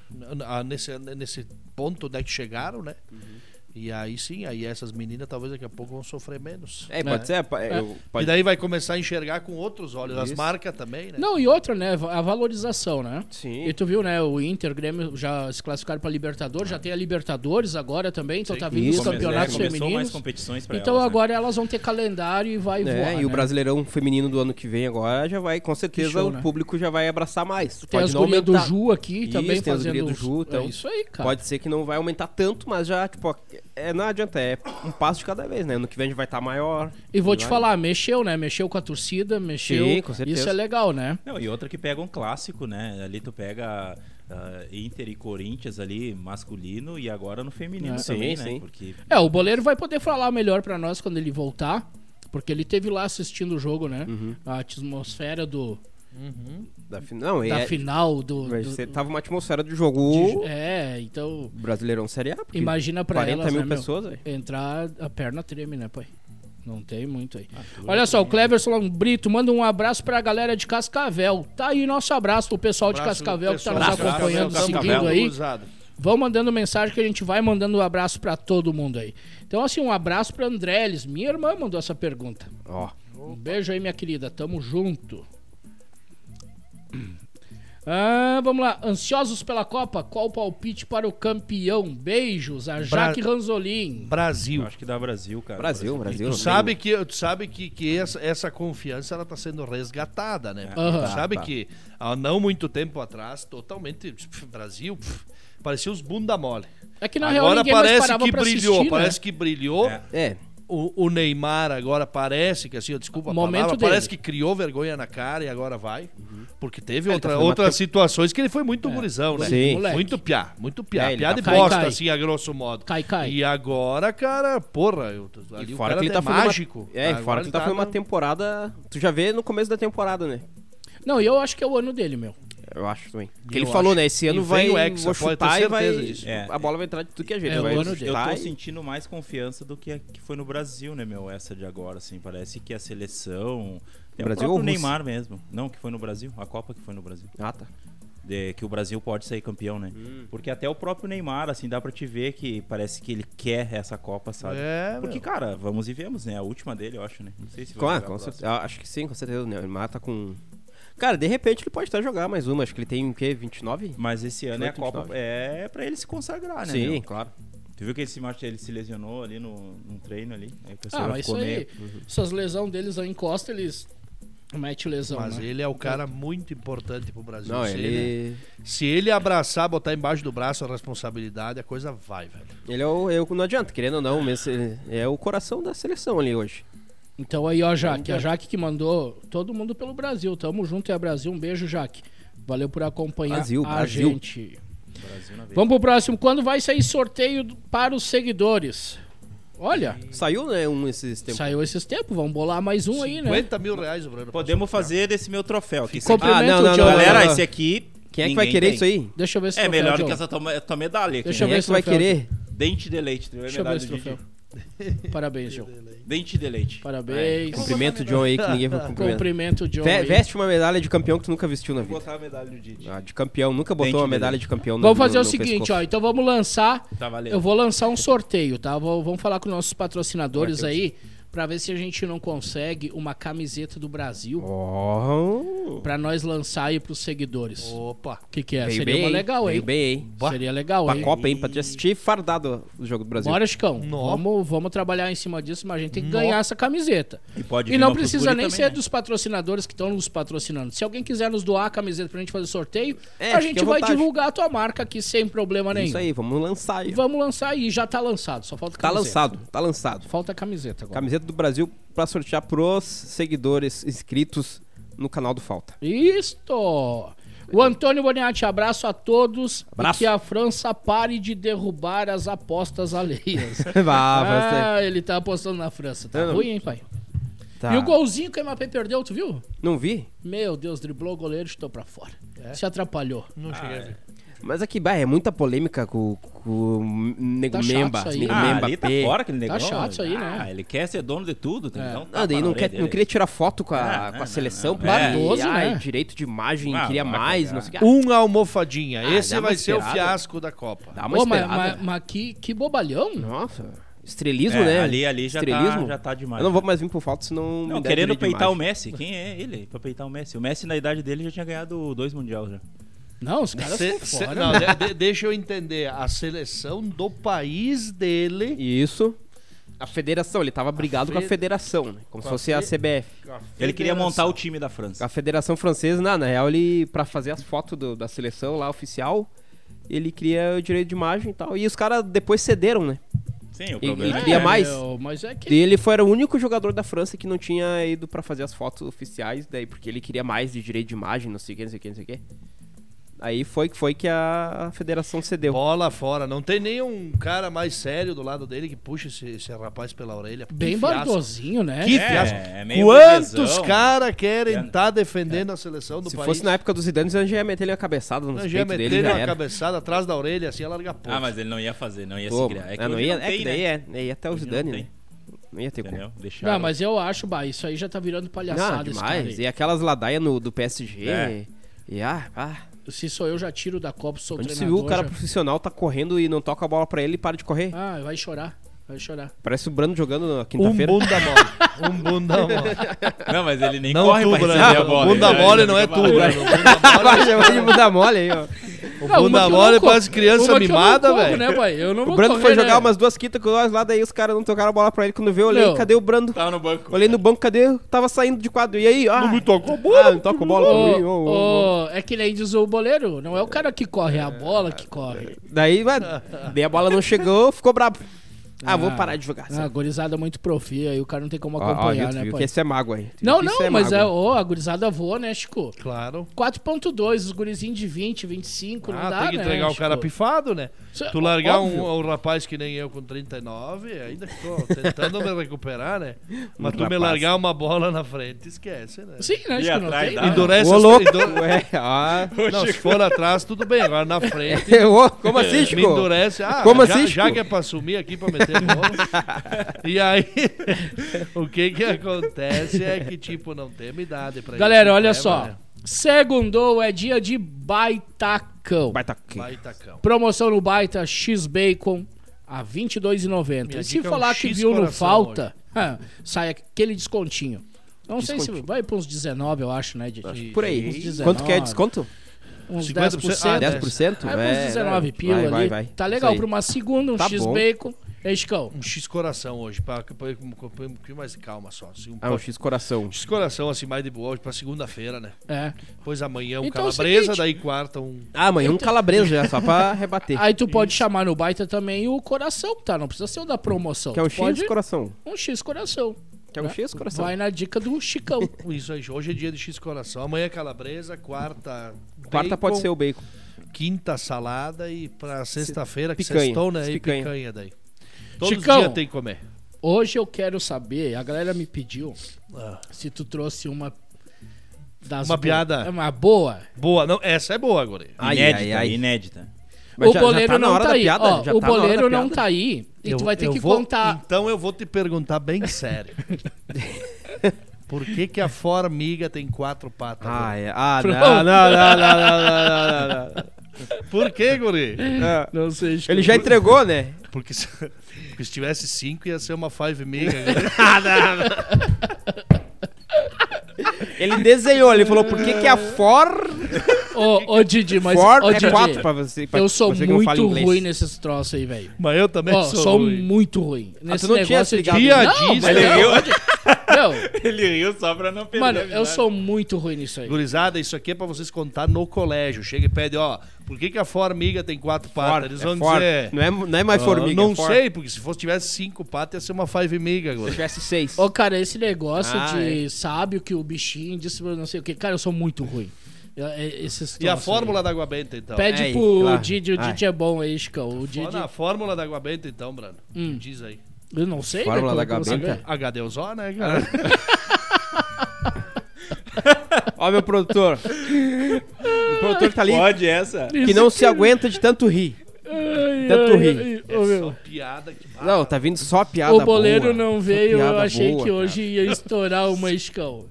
a- Nesse, nesse ponto onde é que chegaram, né?
Uhum.
E aí sim, aí essas meninas talvez daqui a pouco vão sofrer menos.
É, pode
É.
ser. pa- eu-
E
pode-
daí vai começar a enxergar com outros olhos, as
Isso.
marcas também, né?
Não, e outra, né? A valorização, né?
Sim.
E tu viu, né? O Inter, o Grêmio já se classificaram pra Libertadores, já tem a Libertadores agora também, então tá vindo
Isso,
os
Come-
campeonatos
é, começou mais
femininos.
competições pra
Então
elas, né?
agora elas vão ter calendário e vai
É,
voar.
e
né?
o Brasileirão feminino do ano que vem agora já vai, com certeza,
show,
o
né?
público já vai abraçar mais.
Tem as
não
gurias do
aumentar.
Ju aqui
Isso,
também
tem as
fazendo.
gurias do
uns-
Ju, então.
é isso aí, cara.
Pode ser que não vai aumentar tanto, mas já, tipo, é, não adianta, é um passo de cada vez, né? Ano que vem a gente vai estar maior.
E vou te
vai-
falar, mexeu, né? Mexeu com a torcida, mexeu.
Sim, com certeza.
Isso é legal, né?
Não, e outra que pega um clássico, né? Ali tu pega ah, Inter e Corinthians ali, masculino, e agora no feminino
É.
também,
Sim,
né?
sim.
Porque
É, o boleiro vai poder falar melhor pra nós quando ele voltar, porque ele teve lá assistindo o jogo, né?
Uhum.
A atmosfera do,
Da, fi- não,
da
é,
final do,
vai
do-
ser- tava uma atmosfera do jogo
de- é, então
Brasileirão Série A. porque
imagina pra
40
elas,
mil
né, meu?
pessoas, velho.
entrar a perna treme, né, pai? Não tem muito
Ah,
aí. Olha só, o Cleverson Long Brito manda um abraço pra galera de Cascavel. Tá aí nosso abraço pro pessoal de
Abraço,
Cascavel que tá
pessoal,
nos acompanhando,
Cascavel,
seguindo
Cascavel,
aí.
gurizada.
Vão mandando mensagem que a gente vai mandando um abraço pra todo mundo aí. Então, assim, um abraço pra Andrélis. Minha irmã mandou essa pergunta.
Ó.
Um beijo aí, minha querida. Tamo junto. Ah, vamos lá. Ansiosos pela Copa? Qual o palpite para o campeão? Beijos a Jaque Ranzolin.
eu
Brasil.
acho que dá Brasil, cara.
Brasil, Brasil. né?
Tu sabe que, tu sabe que, que essa, essa confiança ela tá sendo resgatada, né?
Aham.
Tu sabe
Tá, tá.
que há não muito tempo atrás, totalmente pf, Brasil, pf, parecia os bunda mole.
É que na real
agora
ninguém mais
parece
parava
que
pra
brilhou,
assistir,
parece
né?
que brilhou.
É.
É,
O, o Neymar agora parece que assim, eu- desculpa a
Momento
palavra,
dele.
parece que criou vergonha na cara e agora vai.
Uhum.
Porque teve
Ele
outra-
tá fazendo uma
outras
temp-
situações que ele foi muito gurizão, né?
Sim.
Moleque.
Muito piá, muito piá.
É, ele
piá
tá
de
fazendo-
bosta,
Cai, cai.
assim, a grosso modo.
Cai, cai.
E agora, cara, porra, eu, ali
e
o
fora
cara
que ele
é
tá fazendo
mágico.
Uma... É, e
Agora
fora que ele tá fazendo uma
no-
temporada... Tu já vê no começo da temporada, né?
Não, e eu acho que é o ano dele, meu.
Eu acho também. Porque
Eu
ele falou,
acho.
né? Esse
E
ano vai
vem o Hexa,
vou
pode ter
chutar e vai.
certeza disso.
A bola vai entrar de tudo que é assim, jeito.
É,
vai
o ano dele.
Eu
chutar
tô
e-
sentindo mais confiança do que a que foi no Brasil, né, meu? Essa de agora, assim. Parece que a seleção. Tem
Brasil é
o
ou
próprio
Rússia?
Neymar mesmo. Não, que foi no Brasil. A Copa que foi no Brasil.
Ah, tá.
de- que o Brasil pode sair campeão, né? Porque até o próprio Neymar, assim, dá pra te ver que parece que ele quer essa Copa, sabe?
É,
Porque,
meu.
cara, vamos e vemos, né? A última dele, eu acho, né? Não sei se vai
Com, ah,
jogar a
com
próxima.
certeza. Ah, Acho que sim, com certeza. O Neymar tá com. Cara, de repente ele pode até jogar mais uma. Acho que ele tem o quê? 29?
Mas esse ano é a
28,
Copa
29.
é pra ele se
Ah,
consagrar, né?
sim,
meu?
claro.
Tu viu que ele se, mach- ele se lesionou ali no, num treino ali? Aí o pessoal
Ah, mas isso
ficou
aí.
meio...
Essas lesão deles aí encosta, eles mete lesão.
Mas
né?
ele é o cara muito importante pro Brasil.
tá Não,
se, ele...
ele.
se ele abraçar, botar embaixo do braço a responsabilidade, a coisa vai, velho.
Ele é o. Eu, não adianta, querendo ou não, mas ele é o coração da seleção ali hoje.
Então aí, ó, Jaque. A Jaque que mandou todo mundo pelo Brasil. Tamo junto, é Brasil. Um beijo, Jaque. Valeu por acompanhar
Brasil,
a
Brasil.
gente.
Brasil na veia.
Vamos pro próximo. Quando vai sair sorteio do- para os seguidores? Olha,
Saiu, né, um esses tempos.
saiu esses tempos. Vamos bolar mais um aí, né?
50 mil reais o Brano.
Podemos fazer desse meu troféu. Que esse
Ficou
aqui, Ah,
Cumprimento
Ah, não,
o
não,
Diogo.
não,
galera,
não.
esse aqui.
Quem é que vai
ninguém
querer
tem.
isso aí?
Deixa eu ver se
É melhor do que
Diogo.
essa tua, tua medalha aqui.
Deixa eu
né?
Quem é que vai
troféu,
querer?
Dente de leite. tu vê a
Deixa eu ver
medalha
esse
do Didi.
troféu. Parabéns, João.
Dente de leite.
Parabéns.
Cumprimento o John aí, que ninguém vai cumprimentar.
Cumprimento, John.
Ve-
Tá aí.
Veste uma medalha de campeão que tu nunca vestiu na vida.
Vou botar a medalha do
Tá.
Didi.
Ah, de campeão, nunca botou
Dente
uma
dele.
medalha de campeão no
Vamos fazer
no-
o
no
seguinte,
pescoço.
ó. Então vamos lançar.
Tá valendo.
Eu vou lançar um sorteio, tá? Vou- vamos falar com nossos patrocinadores aí pra ver se a gente não consegue uma camiseta do Brasil
Ó.
pra nós lançar aí pros seguidores. O
Opa.
que, que é?
Oh, Veio
Seria
bem,
uma legal,
veio
hein?
bem, hein?
Seria legal,
Pra
hein?
Copa, hein? Pra te assistir fardado o jogo do Brasil.
Bora, Chicão.
Nó.
Vamos, vamos trabalhar em cima disso, mas a gente tem que ganhar essa camiseta.
E pode
E
vir
não
uma pros
precisa
guri
nem
também,
ser
né?
dos patrocinadores que estão nos patrocinando. Se alguém quiser nos doar a camiseta pra gente fazer sorteio,
É,
a
fique
gente
à
vai
vontade.
divulgar a tua marca aqui sem problema
É
nenhum.
Isso aí, vamos lançar aí.
Vamos lançar aí, já tá lançado, só falta
Tá
camiseta.
lançado, tá lançado.
Falta a camiseta agora.
Camiseta do Brasil pra sortear pros seguidores inscritos no canal do Falta.
Isto! O Antônio Boniatti, abraço a todos. E
Abraço.
que a França pare de derrubar as apostas alheias.
Vá,
ah, ele tá apostando na França. Tá
Não, não.
ruim, hein, pai?
tá.
E o golzinho que o MAP perdeu, tu viu?
Não vi?
Meu Deus, driblou o goleiro e chutou pra fora.
É.
Se atrapalhou.
Não cheguei a ver.
Mas aqui, bah, é muita polêmica com, com o Nego
Tá chato
Memba.
isso aí.
Nego
Ah,
Memba
ali tá
P.
fora aquele negócio.
chato isso aí, né?
Ah, ele quer ser dono de tudo. Tem que dar um
Não,
tapa
daí
na
não,
orelha
quer, não
dele.
queria tirar foto com a,
Ah,
com a
não,
seleção,
não,
porque
não.
Barroso,
ai,
né? Uh,
direito de imagem,
Ah,
queria
vai
mais,
cagar.
não sei o que. Ah,
Uma Um almofadinha. Esse
dá uma
vai ser o
esperada.
fiasco da Copa.
Dá uma
Ô, mas,
esperada.
mas- mas que, que bobalhão.
Nossa, estrelismo,
É,
né?
ali, ali já, tá,
estrelismo.
já tá demais.
Eu não vou
né?
mais vir por falta, senão.
Não,
me der
querendo
direito de
peitar o
imagem.
Messi. Quem é ele pra peitar o Messi? O Messi, na idade dele, já tinha ganhado dois mundial já.
Não, os caras
Se-
são
se-
fora.
não, de- de- deixa eu entender. A seleção do país dele.
Isso. A federação, ele tava brigado com a
fe-
federação, né? Como se
com a
fosse a
fe-
CBF.
Ele queria montar
Federação.
o time da França.
A federação francesa, na, na real, ele, pra fazer as fotos do- da seleção lá oficial, ele cria o direito de imagem e tal. E os caras depois cederam, né?
Sim, o
E-
problema
e
é-
queria mais.
meu, mas é
E
que.
ele foi, era o único jogador da França que não tinha ido pra fazer as fotos oficiais, daí porque ele queria mais de direito de imagem, não sei o que, não sei o que, não sei o que. Aí foi, foi que a federação cedeu.
Bola fora. Não tem nenhum cara mais sério do lado dele que puxa esse, esse rapaz pela orelha. Que
Bem
fiasco.
bardozinho, né?
Que
É,
fiasco.
é meio
Quantos
burguesão.
caras querem estar defendendo a seleção do
Se
país?
fosse na época dos Zidane, eu já ia meter ele uma cabeçada no
Não, já ia
peito
meter
dele,
ele
já
uma
era.
cabeçada atrás da orelha assim, ia largar a porra.
Ah, mas ele não ia fazer, não ia
Pô,
se criar.
é, não
hoje
ia,
não
é
tem,
que daí
né?
é, é, ia até o
Hoje não
Zidane,
tem.
né? Não ia ter como.
Entendeu? Deixaram.
Não, mas eu acho, bah, isso aí já tá virando palhaçada
Não,
esse cara
demais.
aí.
E aquelas ladaia no, do PSG.
É.
E, ah, ah.
Se sou eu, já tiro da Copa, sou
Onde se
treinador.
viu o cara
já-
profissional tá correndo e não toca a bola pra ele e para de correr?
Ah, vai chorar, vai chorar.
Parece o Brando jogando na
um
quinta-feira.
bunda mole. Um bunda mole.
Não, mas ele nem
Não
corre
tu,
pra
Brando.
receber a bola.
Bunda
Ele-
mole
ele
não é
fica
tu,
parado.
Brando. Bunda mole- é
Vai chamar de bunda mole aí, ó.
O
Não, Ah, uma
bunda
que eu
mole
não co-
parece criança
uma que eu não
mimada,
corro,
velho.
Né, pai? Eu não
O
vou
Brando
correr,
foi jogar
né?
umas duas quitas com nós lá, daí os caras não tocaram a bola pra ele. Quando veio, eu olhei,
Meu.
cadê o Brando?
Tava no banco.
Olhei no banco, cadê? Eu Tava saindo de quadro. E aí? Ah, não me tocou a bola. Ah, não toca a bola pra
Ô,
mim. ô, ô, ô.
ô, é que nem diz o boleiro, não é o cara que corre, é a bola que corre.
Daí, vai, daí a bola não chegou, ficou brabo. Ah, vou parar de jogar.
Ah, a gurizada é muito profi, aí o cara não tem como
Ó, ó,
acompanhar,
viu, tu
né,
viu
pai?
ah, que esse é mágoa aí. Tu viu
Não,
que isso
não, mas é,
mágoa.
ô, a gurizada voa, né, Chico?
Claro.
4.2, os gurizinhos de 20, 25, não
Ah,
dá,
tem que
né,
entregar o
Chico?
cara pifado, né?
Isso é
Tu largar
óbvio.
um, um rapaz que nem eu com 39, ainda que tô tentando me recuperar, né? Mas tu me
rapaz.
largar uma bola na frente, esquece, né?
Sim, né,
E
Chico? Não
atrás
tem,
dá,
né?
né?
Endurece
Ô,
as-
louco.
endu-
Ué, É, ó.
Não, se for atrás, tudo bem. Agora na frente,
Ô, Como assim,
me
Chico?
endurece. Ah,
Como
já,
assim,
já
Chico?
que é pra sumir aqui pra meter bola. e aí, o que que acontece é que, tipo, não tem idade pra
Galera,
isso,
olha
É,
né,
só.
mano?
Segundou é dia de baitacão.
Vai tá aqui.
Baitacão.
Promoção no Baita X Bacon a R$ 22,90.
Minha
E se
dica é um
falar
X
que viu no
coração
falta, ah, sai aquele descontinho. Não sei se
Descontinho.
vai para uns 19, eu acho, né, Didi?
Por aí.
Uns 19,
Quanto que é desconto?
Uns
50%?
10%.
Ah, 10%.
10%?
Aí É, uns 19 pila
vai,
ali.
Vai, vai.
Tá legal
Isso
para
aí.
uma segunda, um
Tá
X
bom.
Bacon. Ei, Chicão,
Um X-coração hoje, pra, pra, pra, pra- um pouquinho mais de calma só. Assim, um
Ah, um X coração.
X-coração, assim, mais de boa hoje pra segunda-feira, né?
é.
Pois amanhã um
Então é o
calabresa,
seguinte-
daí quarta um.
Ah, amanhã um calabresa já, só pra rebater.
Aí tu pode chamar no Baita também o coração, tá? Não precisa ser o da promoção.
Que é um
Tu
X
pode-
coração.
Um X coração.
Que é um X coração.
Vai na dica do Chicão.
um, Isso aí, hoje é dia de X coração. Amanhã é calabresa, quarta.
Quarta
bacon,
pode ser o bacon.
quinta salada e pra sexta-feira, que
Picanha,
sextou, né? E
picanha.
picanha daí. Todos os
Chicão.
dias tem que comer.
Hoje eu quero saber, a galera me pediu
Ah.
se tu trouxe uma das
Uma
bo-
piada.
é Uma boa.
Boa, não, essa é boa, guri.
Ai,
inédita,
ai, ai.
inédita.
Mas
o
já- já
boleiro
tá na
não
hora
tá
da
aí.
piada,
Ó,
já
o
tá na hora
boleiro
da
não
piada.
tá aí e
Eu-
tu vai ter
eu
que
vou-
contar.
Então eu vou te perguntar bem sério. Por que que a formiga tem quatro patas?
Ah,
guri?
é. Ah, não,
Pronto.
não, não, não, não, não, não, não, não.
Por que, guri?
Ah,
Não sei. acho que
Ele
eu
já
vou-
entregou, né?
Porque se, porque se tivesse cinco ia ser uma five né? miga. guri.
Ele desenhou, ele falou por que, que a For
Ô, ô Didi, mas
Ford
ô,
é
Didi,
4 pra você. Pra
eu sou
você que não fala
muito
inglês. é
ruim nesses troços aí, velho.
Mas eu também
Ó,
sou,
sou
ruim.
muito ruim.
Ah,
Nesse
tu não tinha
negócio
se
de
ligado
Não,
nisso?
mas
Ele riu.
não,
né?
Meu,
Ele riu só pra não perder.
mano,
a
eu
amizade.
sou muito ruim nisso aí.
Gurizada, isso aqui é pra vocês contar no colégio. Chega e pede, ó, por que, que a formiga tem quatro patas?
Ford,
Eles
é
vão
Ford.
dizer.
Não é, não é mais
"Ah,
formiga.
não
é Ford.
sei, porque se fosse tivesse cinco patas ia ser uma five miga
Se
agora.
tivesse 6.
Ô, cara, esse negócio
Ah,
é.
de sábio que o bichinho disse pra não sei o que. Cara, eu sou muito ruim. Eu- é- Esses
E a
troços
fórmula
aí.
da Ah, água benta, então?
Pede
Aí,
pro
claro.
Didi, o
Ai.
Didi é bom aí, Chicão. O Didi.
Fala a fórmula da água benta, então, Brano.
Hum.
Diz aí.
Eu não sei,
Fórmula
né,
da
como- como
Gabenta?
saber?
HDOZO, né, cara?
Ó, meu produtor. o produtor que tá ali,
Pode essa?
que não se aguenta de tanto rir. Tanto rir.
Ô, meu,
piada que.
Não, tá vindo só piada
o boleiro
boa.
não
Só
veio, eu
piada
achei
boa,
que
cara.
hoje ia estourar o Chicão.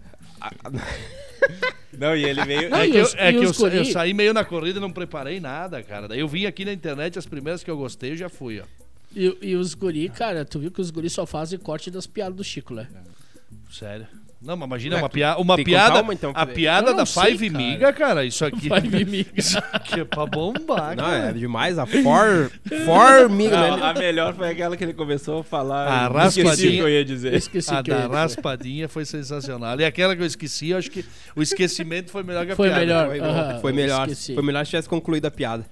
Não, e ele veio.
Não,
É
e
que, eu,
os-
é
e
que eu
os
sa- eu
guri?
saí meio na corrida e não preparei nada, cara. Daí eu vim aqui na internet, as primeiras que eu gostei eu já fui, ó.
E, e os guri, cara, tu viu que os guri só fazem corte das piadas do Chico, né?
Sério. Não, mas imagina, uma,
tu
pia- uma
tem é que
piada.
contar uma, então,
a
que-
Eu
piada
não
da
sei,
Five
cara.
Miga, cara, isso aqui.
Vai me miga.
Isso aqui é pra bombar,
Não,
cara.
é demais. A For. Formiga. né? Ah,
Não, a melhor foi aquela que ele começou a falar.
A
eu esqueci
raspadinha.
o que eu ia
Eu
dizer.
esqueci
A
que eu
é da
ia dizer.
raspadinha foi sensacional. E aquela que eu esqueci, eu acho que o esquecimento foi melhor que a
Foi
piada.
melhor.
Foi, bom,
Aham,
foi
eu
melhor.
esqueci.
Foi melhor se tivesse concluído a piada.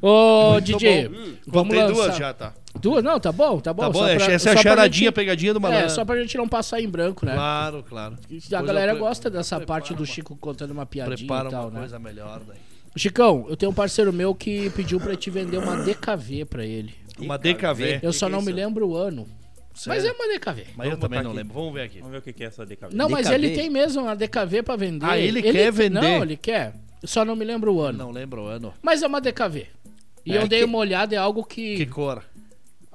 Ô,
Muito
DJ,
bom. Hum,
vamos
Contei
lançar.
duas já, tá?
Duas? Não, tá bom, tá bom.
Tá bom,
só
é,
pra-
essa é
só
a
pra
charadinha,
gente-
pegadinha do malandro.
É, só pra gente não passar em branco, né?
Claro, claro.
A
Depois
galera
eu pre-
gosta dessa parte
preparo
do
uma-
Chico contando uma piadinha
Prepara
e tal,
uma
né?
coisa melhor daí.
Chicão, eu tenho um parceiro meu que pediu pra te vender uma DKV pra ele.
Uma DKV.
Eu só não me lembro o ano. Mas é
Sério?
uma DKV.
Mas eu
Vamos
também
botar
não
aqui.
lembro. Vamos ver aqui.
Vamos ver o que que é essa de cabeça.
Não, mas
DKV?
ele tem mesmo uma DKV pra vender.
Ah, ele quer vender?
Não, ele quer. Eu Só não me lembro o ano.
Não lembro o ano.
Mas é uma DKV. E
É
eu dei
que-
uma olhada, é algo
Que
que.
cor?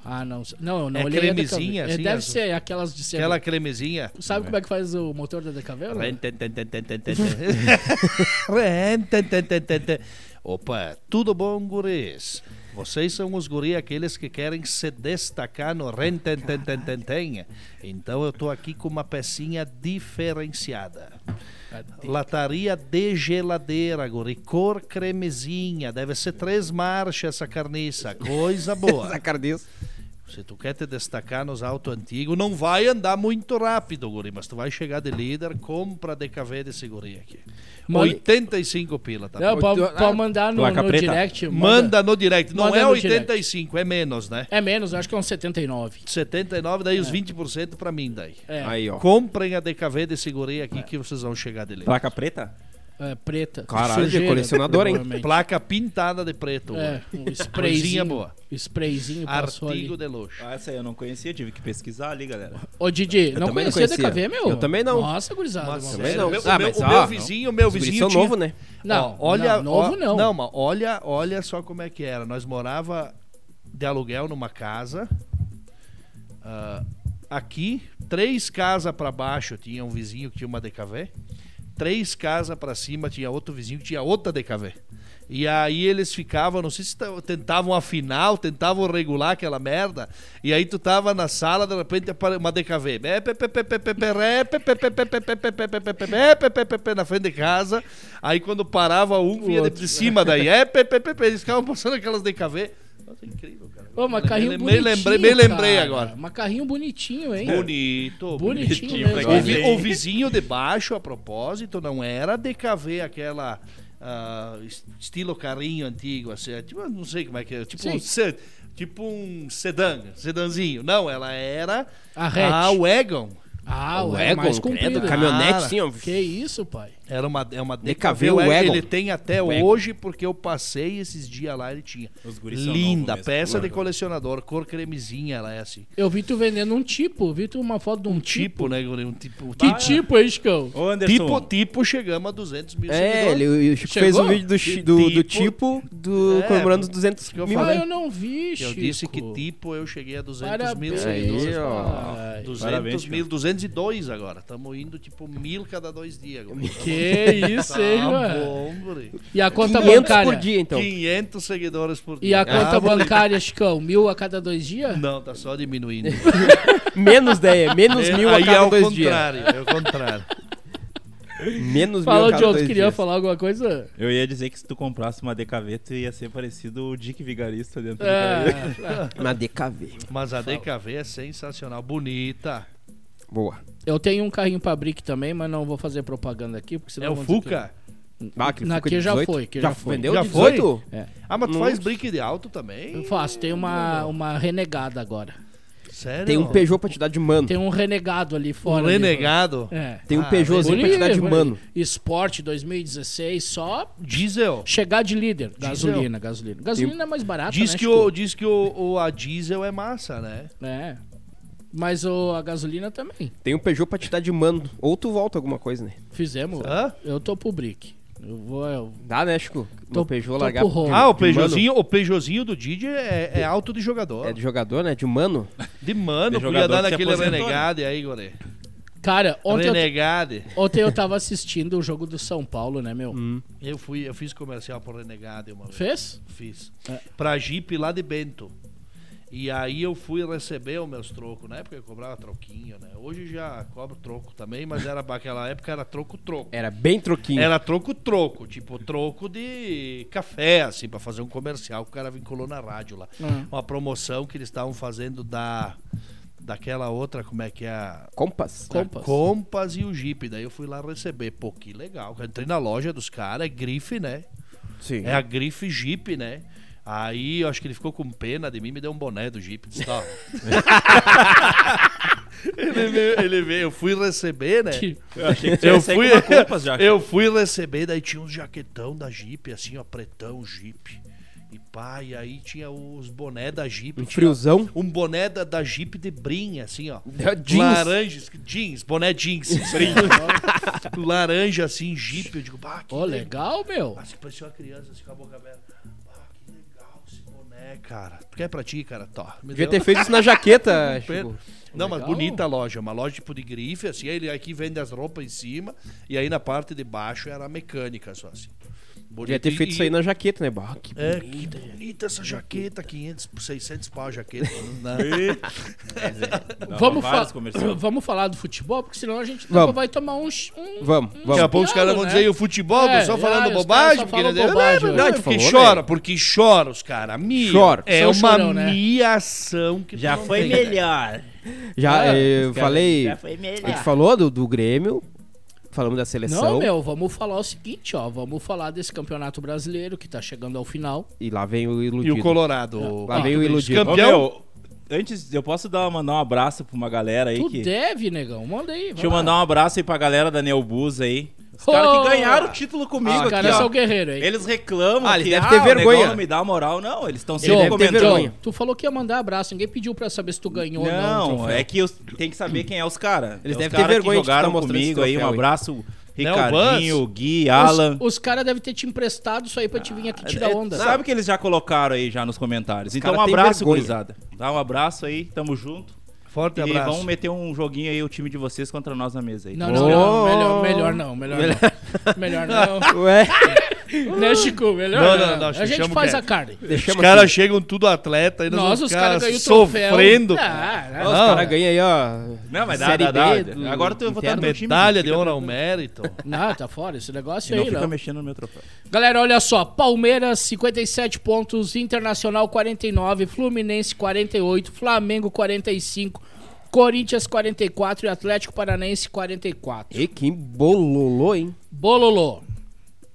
Ah, não. sei. Não, eu não
É
olhei a DKV.
cremezinha,
É,
assim,
Deve
azul?
ser aquelas de cera.
Aquela é cremezinha.
Sabe como é que faz o motor da DKV? ou não?
Opa, tudo bom, guris? Vocês são os guri aqueles que querem se destacar no rentententententem. Então eu tô aqui com uma pecinha diferenciada. Lataria de geladeira, guri. Cor cremezinha. Deve ser três marchas essa carniça. Coisa boa.
Essa cara disso.
Se tu quer te destacar nos autos antigos, não vai andar muito rápido, guri, mas tu vai chegar de líder, compra a DKV desse guri aqui.
Manda-
85 pila, tá?
Não,
bom?
pode,
Ah,
pode mandar no,
placa
no
preta.
direct.
Manda no direct. Não
manda
é
no
85, é menos, né?
É menos, eu acho que é uns 79.
79, daí os 20% pra mim, daí.
É,
Aí, ó.
Comprem a DKV desse guri aqui que vocês vão chegar de líder.
Placa preta?
é preta.
Caralho, de colecionador, hein?
provavelmente.
Placa pintada de preto,
É,
guri.
um
Coisinha
sprayzinho.
boa.
Sprayzinho passou
Artigo
ali.
de luxo.
Ah, essa aí eu não conhecia, tive que pesquisar ali, galera.
Ô, Didi, não
também não
conhecia,
conhecia.
DKV, meu?
Eu também não.
Nossa, gurizada.
Mas,
mano.
também
sério,
não.
o meu- o
Ah,
meu-
mas,
o
ó,
meu
não.
vizinho, o meu
Os guris
vizinho
são
tinha-
novo, né?
Não,
Ó, olha,
não, novo
ó,
não.
Não, mas olha, olha só como é que era. Nós morava de aluguel numa casa. ah, aqui, três casas pra baixo tinha um vizinho que tinha uma DKV. Três casas pra cima tinha outro vizinho que tinha outra DKV. E aí eles ficavam, não sei se t- tentavam afinar, ou tentavam regular aquela merda. E aí tu tava na sala, de repente apare- uma DKV. Bé, pé, pé, pé, pé, pé, pé, ré, pé, pé, pé, pé, pé, pé, pé, pé, pé, pé, pé, bé, pé, pé, pé, pé, na frente de casa. Aí quando parava um, vinha de- de cima daí. É, pé, pé, pé, pé. Eles ficavam passando aquelas DKV. Nossa, incrível, cara.
Ô, mas carrinho
Me
bonitinho.
lembrei- me lembrei
cara.
agora.
Mas carrinho bonitinho, hein?
Bonito,
Bonitinho
bonitinho,
mesmo.
o,
Olha
vi-
aí.
o vizinho de baixo, a propósito, não era DKV aquela ah, es- estilo carrinho antigo, assim, é tipo, não sei como é que é, tipo,
Sim.
um, se- tipo um sedã, sedanzinho. Não, ela era
A hatch.
a wagon.
Ah,
O
o
Egon,
é mais
credo,
comprido.
caminhonete,
Cara.
sim, ó.
Que isso, pai.
Era uma, é uma
DKV
DKV, o
Wagon.
Egon. Ele tem até
Wagon.
hoje, porque eu passei esses dias lá, ele tinha.
Os guris são
Linda,
novo mesmo, Uhum.
peça
claro.
de colecionador, cor cremezinha, ela é assim.
Eu vi tu vendendo um tipo, vi tu uma foto de um, tipo.
Tipo, né, guri? Um tipo.
Que tipo, hein, Chicão?
Ô, Anderson.
Tipo, tipo, chegamos a 200 mil
É,
seguidores.
ele, o Chico
Chegou?
fez um vídeo do, chi- do, do tipo
Tipo.
do
É,
comemorando os 200 mil.
eu
Ah,
falei.
né?
eu não vi, Chico.
Eu disse que tipo, eu cheguei a 200 mil
Parabéns,
seguidores.
ó.
pai.
200
Parabéns,
mil, 202 agora. Estamos indo tipo mil cada dois dias agora.
Que é. isso, hein,
tá
mano?
bom, guri.
E a conta
500
bancária?
por dia, então.
500 seguidores por dia.
E a conta
Ah,
bancária, Chicão? Mil a cada dois dias?
Não, tá só diminuindo.
Menos 10, menos mil a
Aí é
cada
o
dois dias.
contrário, é o contrário.
Menos mil a
Fala,
cada
John, tu
dois
queria
dias.
falar alguma coisa?
Eu ia dizer que se tu comprasse uma DKV, tu ia ser parecido o Dick Vigarista dentro do
É.
carreira.
Na DKV.
Mas a DKV é sensacional, bonita.
Boa.
Eu tenho um carrinho pra brick também, mas não vou fazer propaganda aqui, porque senão
É o
vão dizer que-
Fuca.
Ah, aquele
Na
Fuca
que
de
já
18?
foi, que já foi.
vendeu
Já
de 18?
Ah, mas tu
Nossa.
faz brick de alto também?
Eu faço, tem uma, uma renegada agora.
Sério?
Tem um Peugeot pra te dar de mano.
Tem um renegado ali fora.
Um
ali,
né?
renegado.
ó. É.
Tem um
Ah,
Peugeotzinho pra te dar de
Bonito,
mano.
Esporte 2016, só
Diesel.
chegar de líder. Gasolina, gasolina. Gasolina é mais barata,
Diz
né,
que,
Chico?
o, diz que o, o- a diesel é massa, né?
É. Mas o, a gasolina também.
Tem um Peugeot pra te dar de mano. Ou tu volta alguma coisa, né?
Fizemos.
Hã?
Eu tô pro brick. Eu vou... eu-
Dá, né, Chico?
Tô-
No Peugeot
tô
largar. é
pro Roma.
Ah, o
de
Peugeotzinho, o Peugeotzinho do Didi é, é alto de jogador.
mano. É de jogador, né? De mano.
De mano,
De
podia dar
jogador que se
naquele
aposentou, né?
renegade aí, Gore.
Cara, ontem eu,
Renegade.
ontem eu tava assistindo o jogo do São Paulo, né, meu?
Hum.
Eu fui, eu fiz comercial pro Renegade uma vez.
Fez?
Fiz.
É.
Pra Jeep lá de Bento. E aí eu fui receber os meus trocos. Na época eu cobrava troquinho, né? Hoje já cobro troco também, mas era naquela época era troco-troco.
Era bem troquinho.
Era troco-troco, tipo troco de café, assim, pra fazer um comercial que o cara vinculou na rádio lá.
Uhum.
Uma promoção que eles estavam fazendo da daquela outra, como é que é? a-
Compass.
Com-
da
Compass.
Compass e o Jeep. Daí eu fui lá receber. Pô, que legal. Eu entrei na loja dos caras, é grife, né?
Sim.
É a grife Jeep, né? Aí eu acho que ele ficou com pena de mim, me deu um boné do Jeep. Disse, tá. ele, veio, ele veio, eu fui receber,
É.
né?
Que-
Eu achei que tu ia
Eu
sair
fui,
com uma Compass já.
eu fui receber, daí tinha uns jaquetão da Jeep, assim, ó, pretão Jeep. E pá, e aí tinha os boné da Jeep.
Um
tinha
friozão.
Um boné da, da Jeep de brim, assim, ó.
Jeans.
Laranja, jeans, boné jeans. brim. Laranja, assim, Jeep. Eu digo, bah, que
Ô, legal, meu.
ah, se parecia uma criança assim com a boca aberta. Ah, que legal esse boné, cara. Tu quer pra ti, cara? Tó. Me
Devia
deu.
ter feito isso na jaqueta, Chico.
Não, mas
Legal.
bonita a loja, uma loja tipo de grife, assim, aí ele aqui vende as roupas em cima, e aí na parte de baixo era a mecânica só assim.
Devia ter
E-
feito isso
e-
aí na jaqueta, né? Bah, que-
É, que bonita essa jaqueta, 500 por 600 pau a jaqueta. né?
Dava
Vamos,
vários
fa-
comerciais.
vamos falar do futebol, porque senão a gente
Vamos.
nunca vai tomar um... ch- um...
Vamos,
Daqui a
vamos.
pouco os caras vão
né?
dizer, e o futebol,
É,
tô só
ah,
falando
os caras
bobagem.
só
porque
falam
não-
bobagem,
não,
né?
não, porque
Falou,
chora,
né?
porque chora os caras. Mia.
Chora.
É
São
uma
chorão, né?
miação que tu
Já
não
foi
tem, né?
melhor.
Já eh,
Ah,
eu
Cara,
falei.
Já foi Ah. melhor.
A gente falou do, do Grêmio, falamos da seleção.
Não, meu, vamos falar o seguinte, ó. Vamos falar desse campeonato brasileiro que tá chegando ao final.
E lá vem o
E
iludido.
o Colorado.
Lá vem o iludido.
Ô,
Campeão.
meu, antes, eu posso dar, mandar um abraço pra uma galera aí
Tu
que...
deve, negão. Manda aí. vai
Deixa eu
lá.
mandar um abraço aí pra galera da Neobus aí. Os
Oh!
caras que ganharam o título comigo
Os
um aqui,
caras são
ó.
guerreiros, hein?
Eles reclamam
Ah, eles
que,
devem ter
o negão
vergonha.
não me dá moral. Não, eles estão
John,
sempre
deve ter
comentando.
John,
vergonha.
tu falou que ia mandar abraço. Ninguém pediu pra saber se tu ganhou ou não.
Não,
troféu.
é que os- tem que saber quem é os caras.
Eles
é
devem
os
ter
cara
vergonha de
que jogaram
ficar mostrando
comigo
esse
aí. Um
troféu aí.
abraço,
Não, o
Ricardinho, Gui, Alan.
Os, os caras devem ter te emprestado isso aí pra te vir aqui tirar
É,
onda.
Sabe que eles já colocaram aí já nos comentários. Então um
cara têm
abraço,
vergonha.
gurizada. Dá um abraço aí, tamo junto.
Forte
E
abraço.
vamos meter um joguinho aí, o time de vocês contra nós na mesa aí.
Não, não,
Oh.
não. Melhor, melhor não. Melhor não. Melhor não.
Ué,
né, Chico? Melhor
Não,
não.
não, não,
a gente
chama o
faz a
cara.
carne.
Os
deixamos
caras
assim.
chegam tudo atleta e nós
Nós,
vamos
os
ficar
caras ganham o troféu.
sofrendo.
Ah, né?
Ó, assim. Os
Não.
caras ganham aí, ó.
Não, mas dá,
Série
dá, dá.
B do-
Agora tu eu vou estar
interno.
no meu time. né?
Medalha de
Fica-
honra ao mérito.
Não, tá fora esse negócio
E não
aí,
fica
não.
mexendo no meu troféu.
Galera, olha só, Palmeiras 57 pontos, Internacional 49, Fluminense 48, Flamengo 45, Corinthians 44 e Atlético Paranaense 44.
E que bololô, hein?
Bololô.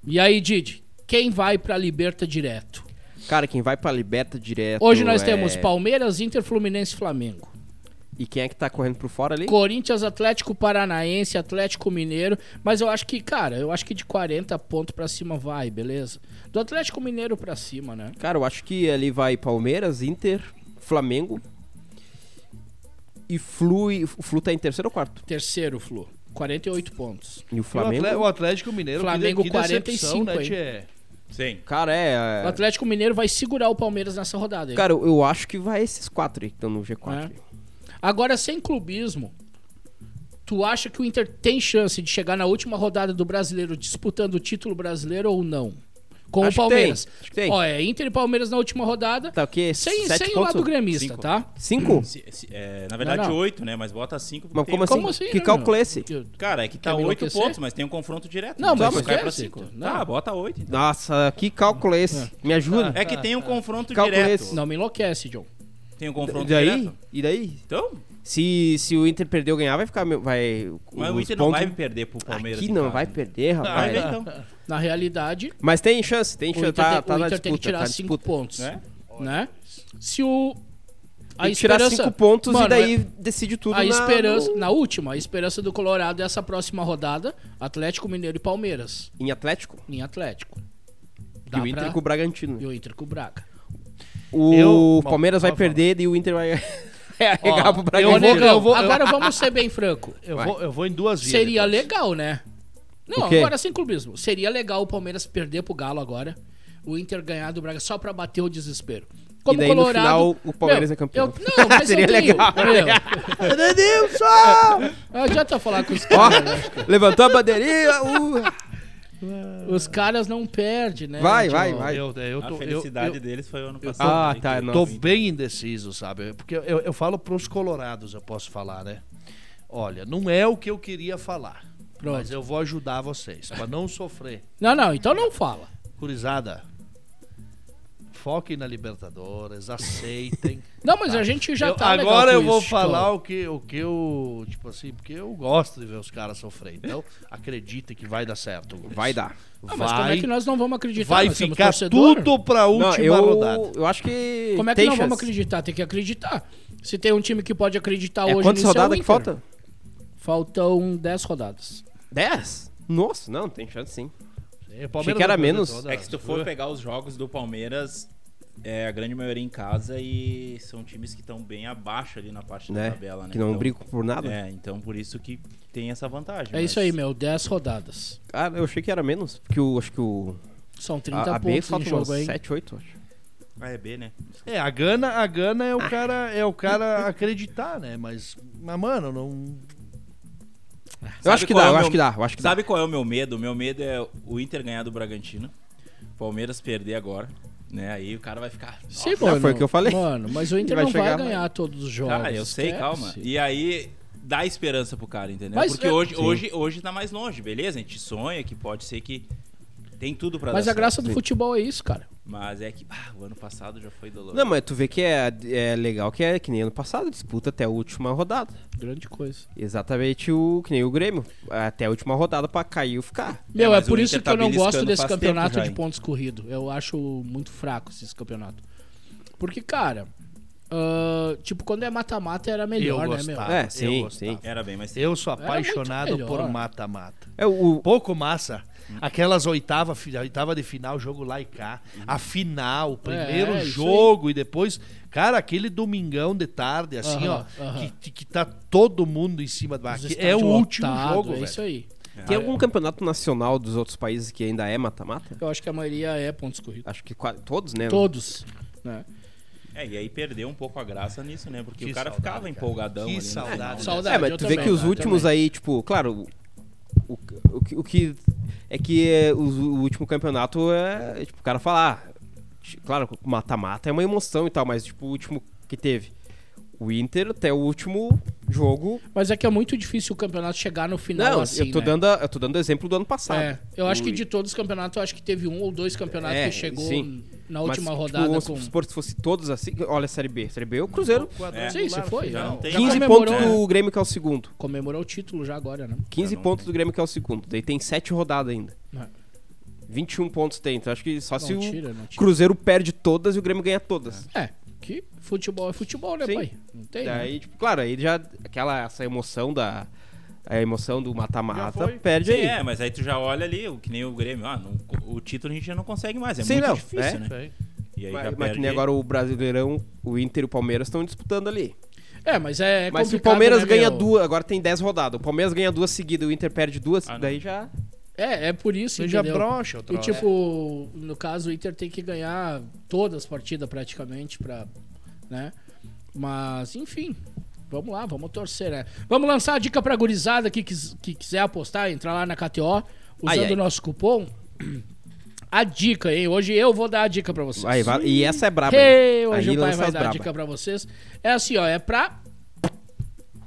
E aí, Didi, quem vai pra Liberta direto?
Cara, quem vai pra liberta direto.
Hoje nós
é-
temos Palmeiras, Inter, Fluminense e Flamengo.
E quem é que tá correndo por fora ali?
Corinthians, Atlético Paranaense, Atlético Mineiro. Mas eu acho que, cara, eu acho que de 40 pontos pra cima vai, beleza? Do Atlético Mineiro pra cima, né?
Cara, eu acho que ali vai Palmeiras, Inter, Flamengo. E flui. O Flu tá em terceiro ou quarto.
Terceiro, Flu. 48 pontos.
E o
E o
Flamengo.
Atle- O Atlético Mineiro. que de-
Flamengo
que decepção, né,
45, hein?
tchê?
Sim.
Cara, é.
O Atlético Mineiro vai segurar o Palmeiras nessa rodada. hein?
Cara, eu- eu acho que vai esses quatro aí que estão no G4.
É. Agora, sem clubismo, tu acha que o Inter tem chance de chegar na última rodada do brasileiro disputando o título brasileiro ou não? Com
Acho
o
que
Palmeiras.
tem, acho que tem.
Ó, é Inter e Palmeiras na última rodada.
Tá o quê?
Sem,
Sete
sem o
pontos?
lado gremista,
Cinco.
tá?
Cinco?
Se- se- é, na verdade,
Não, não.
oito, né? Mas bota cinco. porque
Mas
tem-
como assim?
Como assim?
Que
né,
cálculo
meu?
é esse?
Que-
Cara, é que tá
Quer me
oito
enlouquecer?
pontos, mas tem um confronto direto.
Não,
Então,
mas
cai
é,
pra
Zito,
cinco.
não.
Tá, bota oito. então.
Nossa, que cálculo é esse? Me ajuda.
Tá.
É que tem um confronto
Cálculo
direto.
esse.
Não me enlouquece, John.
Tem um
E
confronto
daí?
direto.
E daí?
Então,
Se, se o Inter perder ou ganhar, vai ficar. meu- Vai,
mas o
os
Inter não
pontos-
vai perder pro Palmeiras.
Aqui
em
não
casa.
vai perder,
Ah, vai
rapaz.
ver então.
Na realidade,
Mas tem chance, tem
o
chance.
Inter,
Tá,
tem,
tá
o
na
Inter
disputa,
tem que tirar
tá na
cinco
disputa.
pontos.
Né?
Né? Se o.
Tem que tirar
esperança-
cinco pontos
Mano, é-
e daí decide tudo.
A
na-
esperança,
no-
na última, a esperança do Colorado é essa próxima rodada, Atlético Mineiro e Palmeiras,
Em Atlético?
em Atlético.
E o Inter
pra-
com o Bragantino.
e o Inter com o Braga.
O
Eu-
Palmeiras
Bom,
vai
pode falar.
perder e o Inter vai vai arregar pro
Eu vou-
Bragantino.
Negão,
eu vou- eu-
agora vamos ser bem franco.
Eu vou, eu vou em duas vias.
Seria
depois.
legal, né? Não,
O quê?
agora sem clubismo. Seria legal o Palmeiras perder pro Galo agora, o Inter ganhar do Braga só pra bater o desespero. Como
E daí, no
Colorado,
final, o Palmeiras
meu,
é campeão.
eu- não, mas
Seria
eu tenho,
legal,
Meu,
Edenilson!
adianta falar com os
Ó,
caras, né?
levantou a bandeirinha. uh.
Os caras não perdem, né?
Vai,
John?
vai, vai.
Eu, eu
A
tô, eu,
felicidade
eu-
deles foi o ano
eu
passado.
tô,
Ah,
né,
tá,
que-
não.
tô bem indeciso, sabe? Porque eu, eu falo pros colorados, eu posso falar, né? Olha, não é o que eu queria falar.
Pronto.
Mas eu vou ajudar vocês, pra não sofrer.
Não, não, então não fala.
Curizada, foquem na Libertadores, aceitem.
Não, mas a gente já
Eu-
tá legal
agora
com
eu vou
isso, então.
falar
Chicão.
o que, o que eu. Tipo assim, porque eu gosto de ver os caras sofrer. Então, acreditem que vai dar certo. Guris.
Vai dar.
Ah,
Vai,
mas como é que nós não vamos acreditar?
vai
Nós somos
ficar
torcedor?
tudo pra última
Não, eu,
rodada.
eu acho que.
Como é que
tem
não
chance.
vamos acreditar? Tem que acreditar. Se tem um time que pode acreditar
É,
hoje
quantas
nisso, é o
rodadas que
Inter.
falta?
Faltam 10 rodadas. É
Dez? Nossa, não, tem chance sim.
É, Palmeiras né?
Achei que era
vai perder
menos.
toda.
É que se tu for pegar os jogos do Palmeiras, é a grande maioria em casa e são times que estão bem abaixo ali na parte
Né?
da tabela, né?
Que não
Então-
brigo por nada.
É, então por isso que tem essa vantagem.
É isso aí, meu. 10 rodadas.
Cara, eu achei que era menos. Porque eu acho que o.
São 30
A, a B
pontos no
falta umas
jogo aí.
7, 8, acho.
Ah, é B, né?
É, a Gana, a Gana
Ah.
é o cara, é o cara acreditar, né? Mas, mas mano, não.
Eu acho que
qual
dá,
é o
eu
meu-
acho que dá, eu acho que dá.
Sabe qual é o meu medo? O meu medo é o Inter ganhar do Bragantino, o Palmeiras perder agora, né? Aí o cara vai ficar.
Sim,
"Nossa,
mano.
Ah, foi o que eu falei.
Mano, mas o Inter
Vai
não vai
chegar,
ganhar todos os jogos.
Cara, Ah, eu sei,
esquece.
calma. E aí dá esperança pro cara, entendeu?
Mas
Porque
é-
hoje, hoje, hoje tá mais longe, beleza? A gente sonha que pode ser que tem tudo pra
Mas
dar
a graça
certo.
do futebol é isso, cara.
Mas é que ah, o ano passado já foi doloroso.
Não, mas tu vê que é, é legal que é que nem ano passado, disputa até a última rodada.
Grande coisa.
Exatamente o que nem o Grêmio. Até a última rodada pra cair ou ficar.
Meu, é,
mas o
por
Inter
isso que
tá
eu não gosto
beliscando
desse
faz tempo
campeonato
já,
de
hein?
pontos corrido. Eu acho muito fraco esse campeonato. Porque, cara, ah, tipo, quando é mata-mata era melhor,
eu
né, meu?
gostava.
É, sim,
eu gostava.
sim.
Era bem, mas
Eu sou
muito
apaixonado
melhor.
por mata-mata.
É o.
Pouco massa. Aquelas oitava, fi- oitava de final, jogo lá e cá. A final, o primeiro
é, isso
jogo e depois. Cara, aquele domingão de tarde, assim,
Aham,
ó.
aham.
Que, que tá todo mundo em cima do
Os
barco. É
estádios
o último
lotados,
jogo,
É
velho.
isso aí.
Tem algum campeonato nacional dos outros países que ainda é mata-mata?
Eu acho que a maioria é pontos corridos.
Acho que quase, todos, né?
Todos. Né?
É, e aí perdeu um pouco a graça nisso, né? Porque
Que
o cara
saudade,
ficava
cara.
empolgadão
Que
ali. no
saudade.
final, né?
Saudade.
É, mas
eu
tu vê
também,
que os
eu
últimos
também.
aí, tipo, claro, o, o, o que- o que é que é, o, o último campeonato é, é, tipo, o cara falar, claro, mata-mata é uma emoção e tal, mas tipo, o último que teve, o Inter até o último jogo,
Mas é que é muito difícil o campeonato chegar no final
não,
assim,
eu tô
né?
dando, um a- eu tô dando exemplo do ano passado.
É, eu acho
O-
que de todos os campeonatos, eu acho que teve um ou dois campeonatos
É,
que chegou
sim.
na última
mas,
rodada
tipo,
com...
Vamos supor se fosse todos assim, olha a Série B, Série B, o Cruzeiro,
Quadrangular
Sim, se foi. é.
final.
já não tem.
15
comemorou,
pontos
né?
do Grêmio que é o segundo.
Comemorou o título já agora, né?
15
não
pontos do Grêmio que é o segundo. Daí tem 7 rodadas ainda.
É.
21 pontos tem. Então acho que só
Não
se o
tira, não tira.
Cruzeiro perde todas e o Grêmio ganha todas.
É, Que futebol é futebol, né,
Sim.
pai? Não tem. né?
Daí, tipo, claro, aí já aquela essa emoção da a emoção do
Já
mata-mata
foi.
perde
Sim,
aí.
é, mas aí tu já olha ali, o que nem o Grêmio, ah, não- o título a gente já não consegue mais, é
Sim,
muito
não,
difícil,
é.
né?
Tem.
E aí já
Mas, mas
perde-
que nem agora o Brasileirão, o Inter e o Palmeiras estão disputando ali.
É, mas é.
mas se o
complicado,
Palmeiras
né,
ganha
meu?
duas, agora tem 10 rodadas. O Palmeiras ganha duas seguidas, o Inter perde duas,
Ah, não.
daí já.
É, é por isso.
Você já
entendeu?
brocha o
E
troço.
tipo, no caso, o Inter tem que ganhar todas as partidas praticamente pra. né? Mas, enfim. Vamos lá, vamos torcer, né? Vamos lançar a dica pra gurizada que, quis- que quiser apostar, entrar lá na KTO, usando
Ai, ai.
o nosso cupom. A dica, hein? Hoje eu vou dar a dica pra vocês.
Aí, vai- e essa é braba.
Ei,
hein?
hoje
aí
o pai
lança
vai
as
dar a
braba.
dica pra vocês. É assim, ó, é pra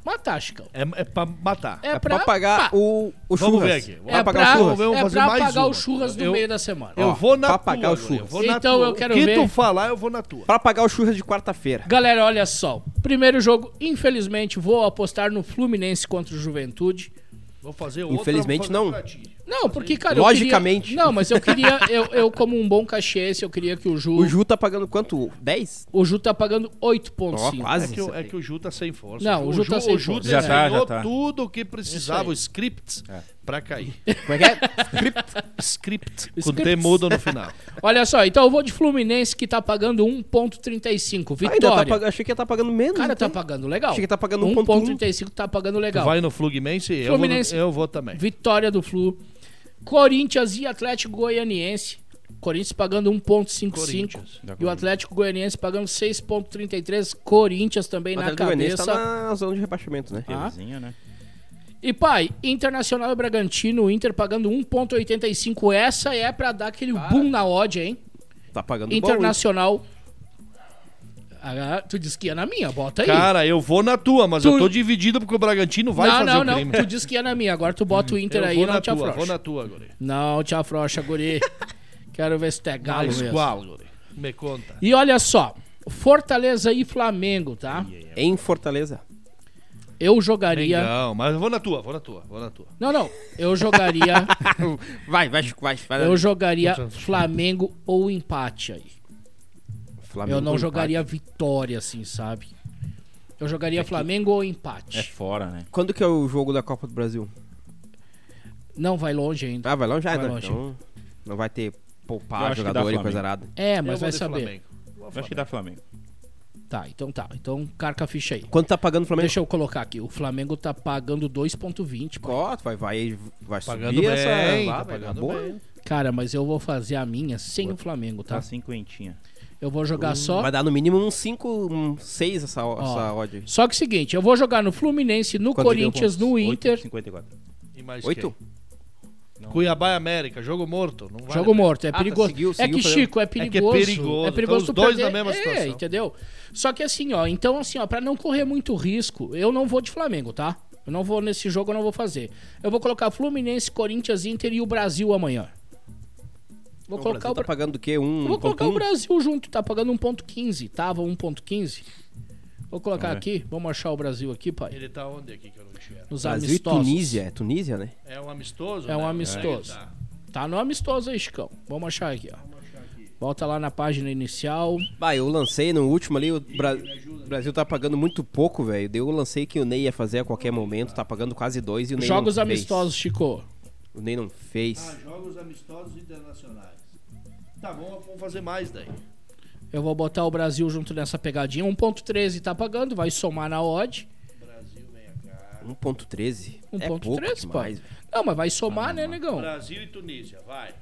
matar, Chicão.
É, é pra matar.
É,
É
pra
pra pagar
pá.
o, o churras.
Vamos ver aqui.
É pra,
Vai pagar o churras?
Vamos
é
fazer
pra
mais
pagar
uma.
o churras no
Eu-
meio da semana.
Eu
Ó,
vou na
pra
tua.
pagar o
Lua,
churras.
Eu vou na
Então
tua.
eu quero
O que
ver-
tu falar, eu vou na tua.
Pra pagar o churras de quarta-feira.
Galera, olha só. Primeiro jogo, infelizmente, vou apostar no Fluminense contra o Juventude.
Vou fazer outra.
Infelizmente,
vou fazer
não.
pra ti.
Não, porque, cara, eu
Logicamente.
queria... Não, mas eu queria... Eu, eu, como um bom cacheense, eu queria que o Ju...
O Ju tá pagando quanto? 10?
O Ju tá pagando
Ó,
8.5.
quase.
É que, o- é que o Ju tá sem força.
Não, o Ju tá sem
o Ju
força.
Já tá,
desenhou
já tá.
tudo o que precisava,
aí.
os scripts, pra cair.
Como é que é?
Script. Com
Scripts.
T mudo no final.
Olha só, então eu vou de Fluminense, que tá pagando 1.35.
Ainda tá
Vitória.
pagando, achei que ia tá pagando menos.
Cara,
então.
tá pagando legal.
Achei que tá pagando
1.35, tá pagando
Tu
legal.
vai no Fluminense, eu vou, no-
Fluminense.
eu vou também.
Vitória do Flu. Corinthians e Atlético Goianiense. Corinthians pagando 1.55
Corinthians.
e o Atlético Goianiense pagando 6.33. Corinthians também
O
na
Atlético Goianiense
cabeça. Ah.
tá na zona de rebaixamento, né?
Teuzinho, né?
E pai, Internacional e Bragantino, Inter pagando 1.85. Essa é pra dar aquele boom na odd, hein?
Tá pagando bom. hein?
Internacional. Ah, tu disse que ia na minha, bota aí.
Cara, eu vou na tua, mas eu
Tu-
tô dividido porque o Bragantino vai
não,
fazer
não,
o
não.
crime.
Tu disse que ia na minha. Agora tu bota o Inter
eu
aí e
vou
não
na
te
tua,
afrouxa.
vou na tua, guri.
Não te afrouxa, guri. Quero ver se tu é galo
Mas
mesmo.
qual, guri? Me conta.
E olha só, Fortaleza e Flamengo, tá?
Em Fortaleza.
Eu jogaria.
Não, mas eu vou na tua, vou na tua, vou na tua.
Não, não. Eu jogaria.
Vai, vai, Chico, vai. vai
eu jogaria Flamengo ou empate aí.
Flamengo
Eu não
empate.
jogaria vitória, assim, sabe? Eu jogaria Flamengo ou
É
empate.
fora, né?
Quando que é o jogo da Copa do Brasil?
Não vai longe ainda.
Ah, vai longe, ah,
Vai
não,
longe.
então não vai ter
Eu
poupar
acho que dá
jogador e
Flamengo.
coisa arada.
É,
Eu
mas
vou
vai
de
saber.
Flamengo. Vou
Eu acho que dá Flamengo.
Tá, então tá. Então carca a ficha aí.
Quanto tá pagando o Flamengo?
Deixa eu colocar aqui. O Flamengo tá pagando 2.20. pô.
Cota, vai, vai, vai
Pagando
subir
bem,
essa...
tá
lá, vai dar
pagando
boa.
bem.
Cara, mas eu vou fazer a minha sem o Flamengo,
Tá
tá?
cinquentinha.
Eu vou jogar só.
Vai dar no mínimo uns 5, 6 essa, essa odd.
Só que é o seguinte, eu vou jogar no Fluminense, no
Quanto
Corinthians,
deu
no
8,
Inter.
54.
E mais
8?
quem? Cuiabá e América, jogo morto. Não vale
Jogo
a pena. Ah,
morto, é
tá,
perigoso.
seguiu,
é
seguiu
que,
fazendo.
Chico, é
que é
perigoso. É perigoso.
perigoso,
É
então
perigoso
os
tu
dois
perder.
na mesma
É,
situação.
entendeu? Só que assim, ó, então assim, ó, pra não correr muito risco, eu não vou de Flamengo, tá? Eu não vou nesse jogo, eu não vou fazer. Eu vou colocar Fluminense, Corinthians, Inter e o Brasil amanhã. Vou
O
colocar
Brasil
o
tá
Bra-
pagando o quê?
eu Vou colocar o
1.1?
Brasil junto, tá pagando 1.15, tava 1.15. Vou colocar aqui, vamos achar o Brasil aqui, pai.
Ele tá onde aqui que eu não enxergo?
Nos
Brasil e
amistosos.
Tunísia. É Tunísia, né?
É um amistoso?
É um
né?
amistoso.
Aí tá.
Tá no amistoso aí, Chicão. Vamos achar aqui, ó. Volta lá na página inicial.
Bah, eu lancei no último ali, o Bra- Brasil tá pagando muito pouco, velho. Daí Eu lancei que o Ney ia fazer a qualquer momento, tá pagando quase dois e o Ney
Jogos
não
amistosos, Chico.
fez. O Ney não
Ah,
fez.
jogos amistosos internacionais. Tá bom, vamos fazer mais daí.
Eu vou botar o Brasil junto nessa pegadinha. 1.13 tá pagando, vai somar na odd.
1.13. É pouco
1.13, pai.
demais, velho. Ah,
Não, mas vai somar, né, negão?
Brasil e Tunísia, vai.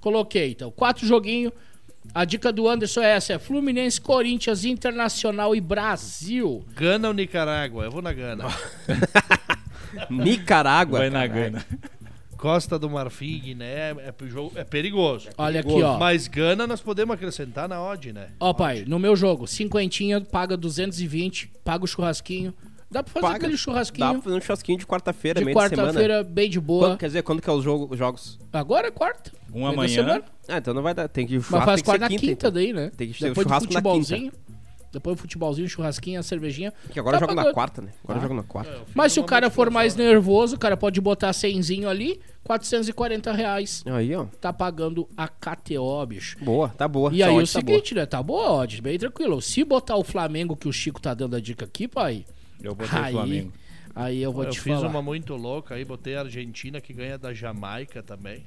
Coloquei, então. Quatro joguinhos. A dica do Anderson é essa: é Fluminense, Corinthians, Internacional e Brasil.
Gana ou Nicarágua? Eu vou na Gana.
Nicarágua.
Vai na
cara.
Gana. Um
Costa do Marfim, Guiné, é, pe- jogo- é perigoso.
Olha aqui, ó.
Mas Gana nós podemos acrescentar na odd, né?
Ó, pai, no meu jogo, cinquentinha, paga 220, paga o churrasquinho. Dá pra fazer
Paga.
aquele
Dá pra
churrasquinho
fazer um churrasquinho de quarta-feira,
de
meio de semana.
quarta-feira, bem de boa.
Quando, quer dizer, quando que é os jogo- os jogos?
Agora é quarta.
Um
Meio da
amanhã.
semana.
Ah, então não vai dar. Tem que o
Mas
churrasco
faz
tem que ser
quarta na quinta,
então.
daí, né?
Tem que ter o
Depois do
churrasco na
futebolzinho. Depois do futebolzinho, churrasquinho, a cervejinha.
então, Porque né? agora
Tá
é né? jogam
440 reais.
Aí, ó.
Tá pagando a KTO, bicho.
Boa, tá boa.
E
Essa
aí
odd
o
tá
seguinte, né? Tá boa, Odd, bem tranquilo. Se botar o Flamengo, que o Chico tá dando a dica aqui, pai.
Eu botei
aí,
o Flamengo.
Aí eu vou
eu
te
fiz
falar.
uma muito louca aí, botei a Argentina que ganha da Jamaica também.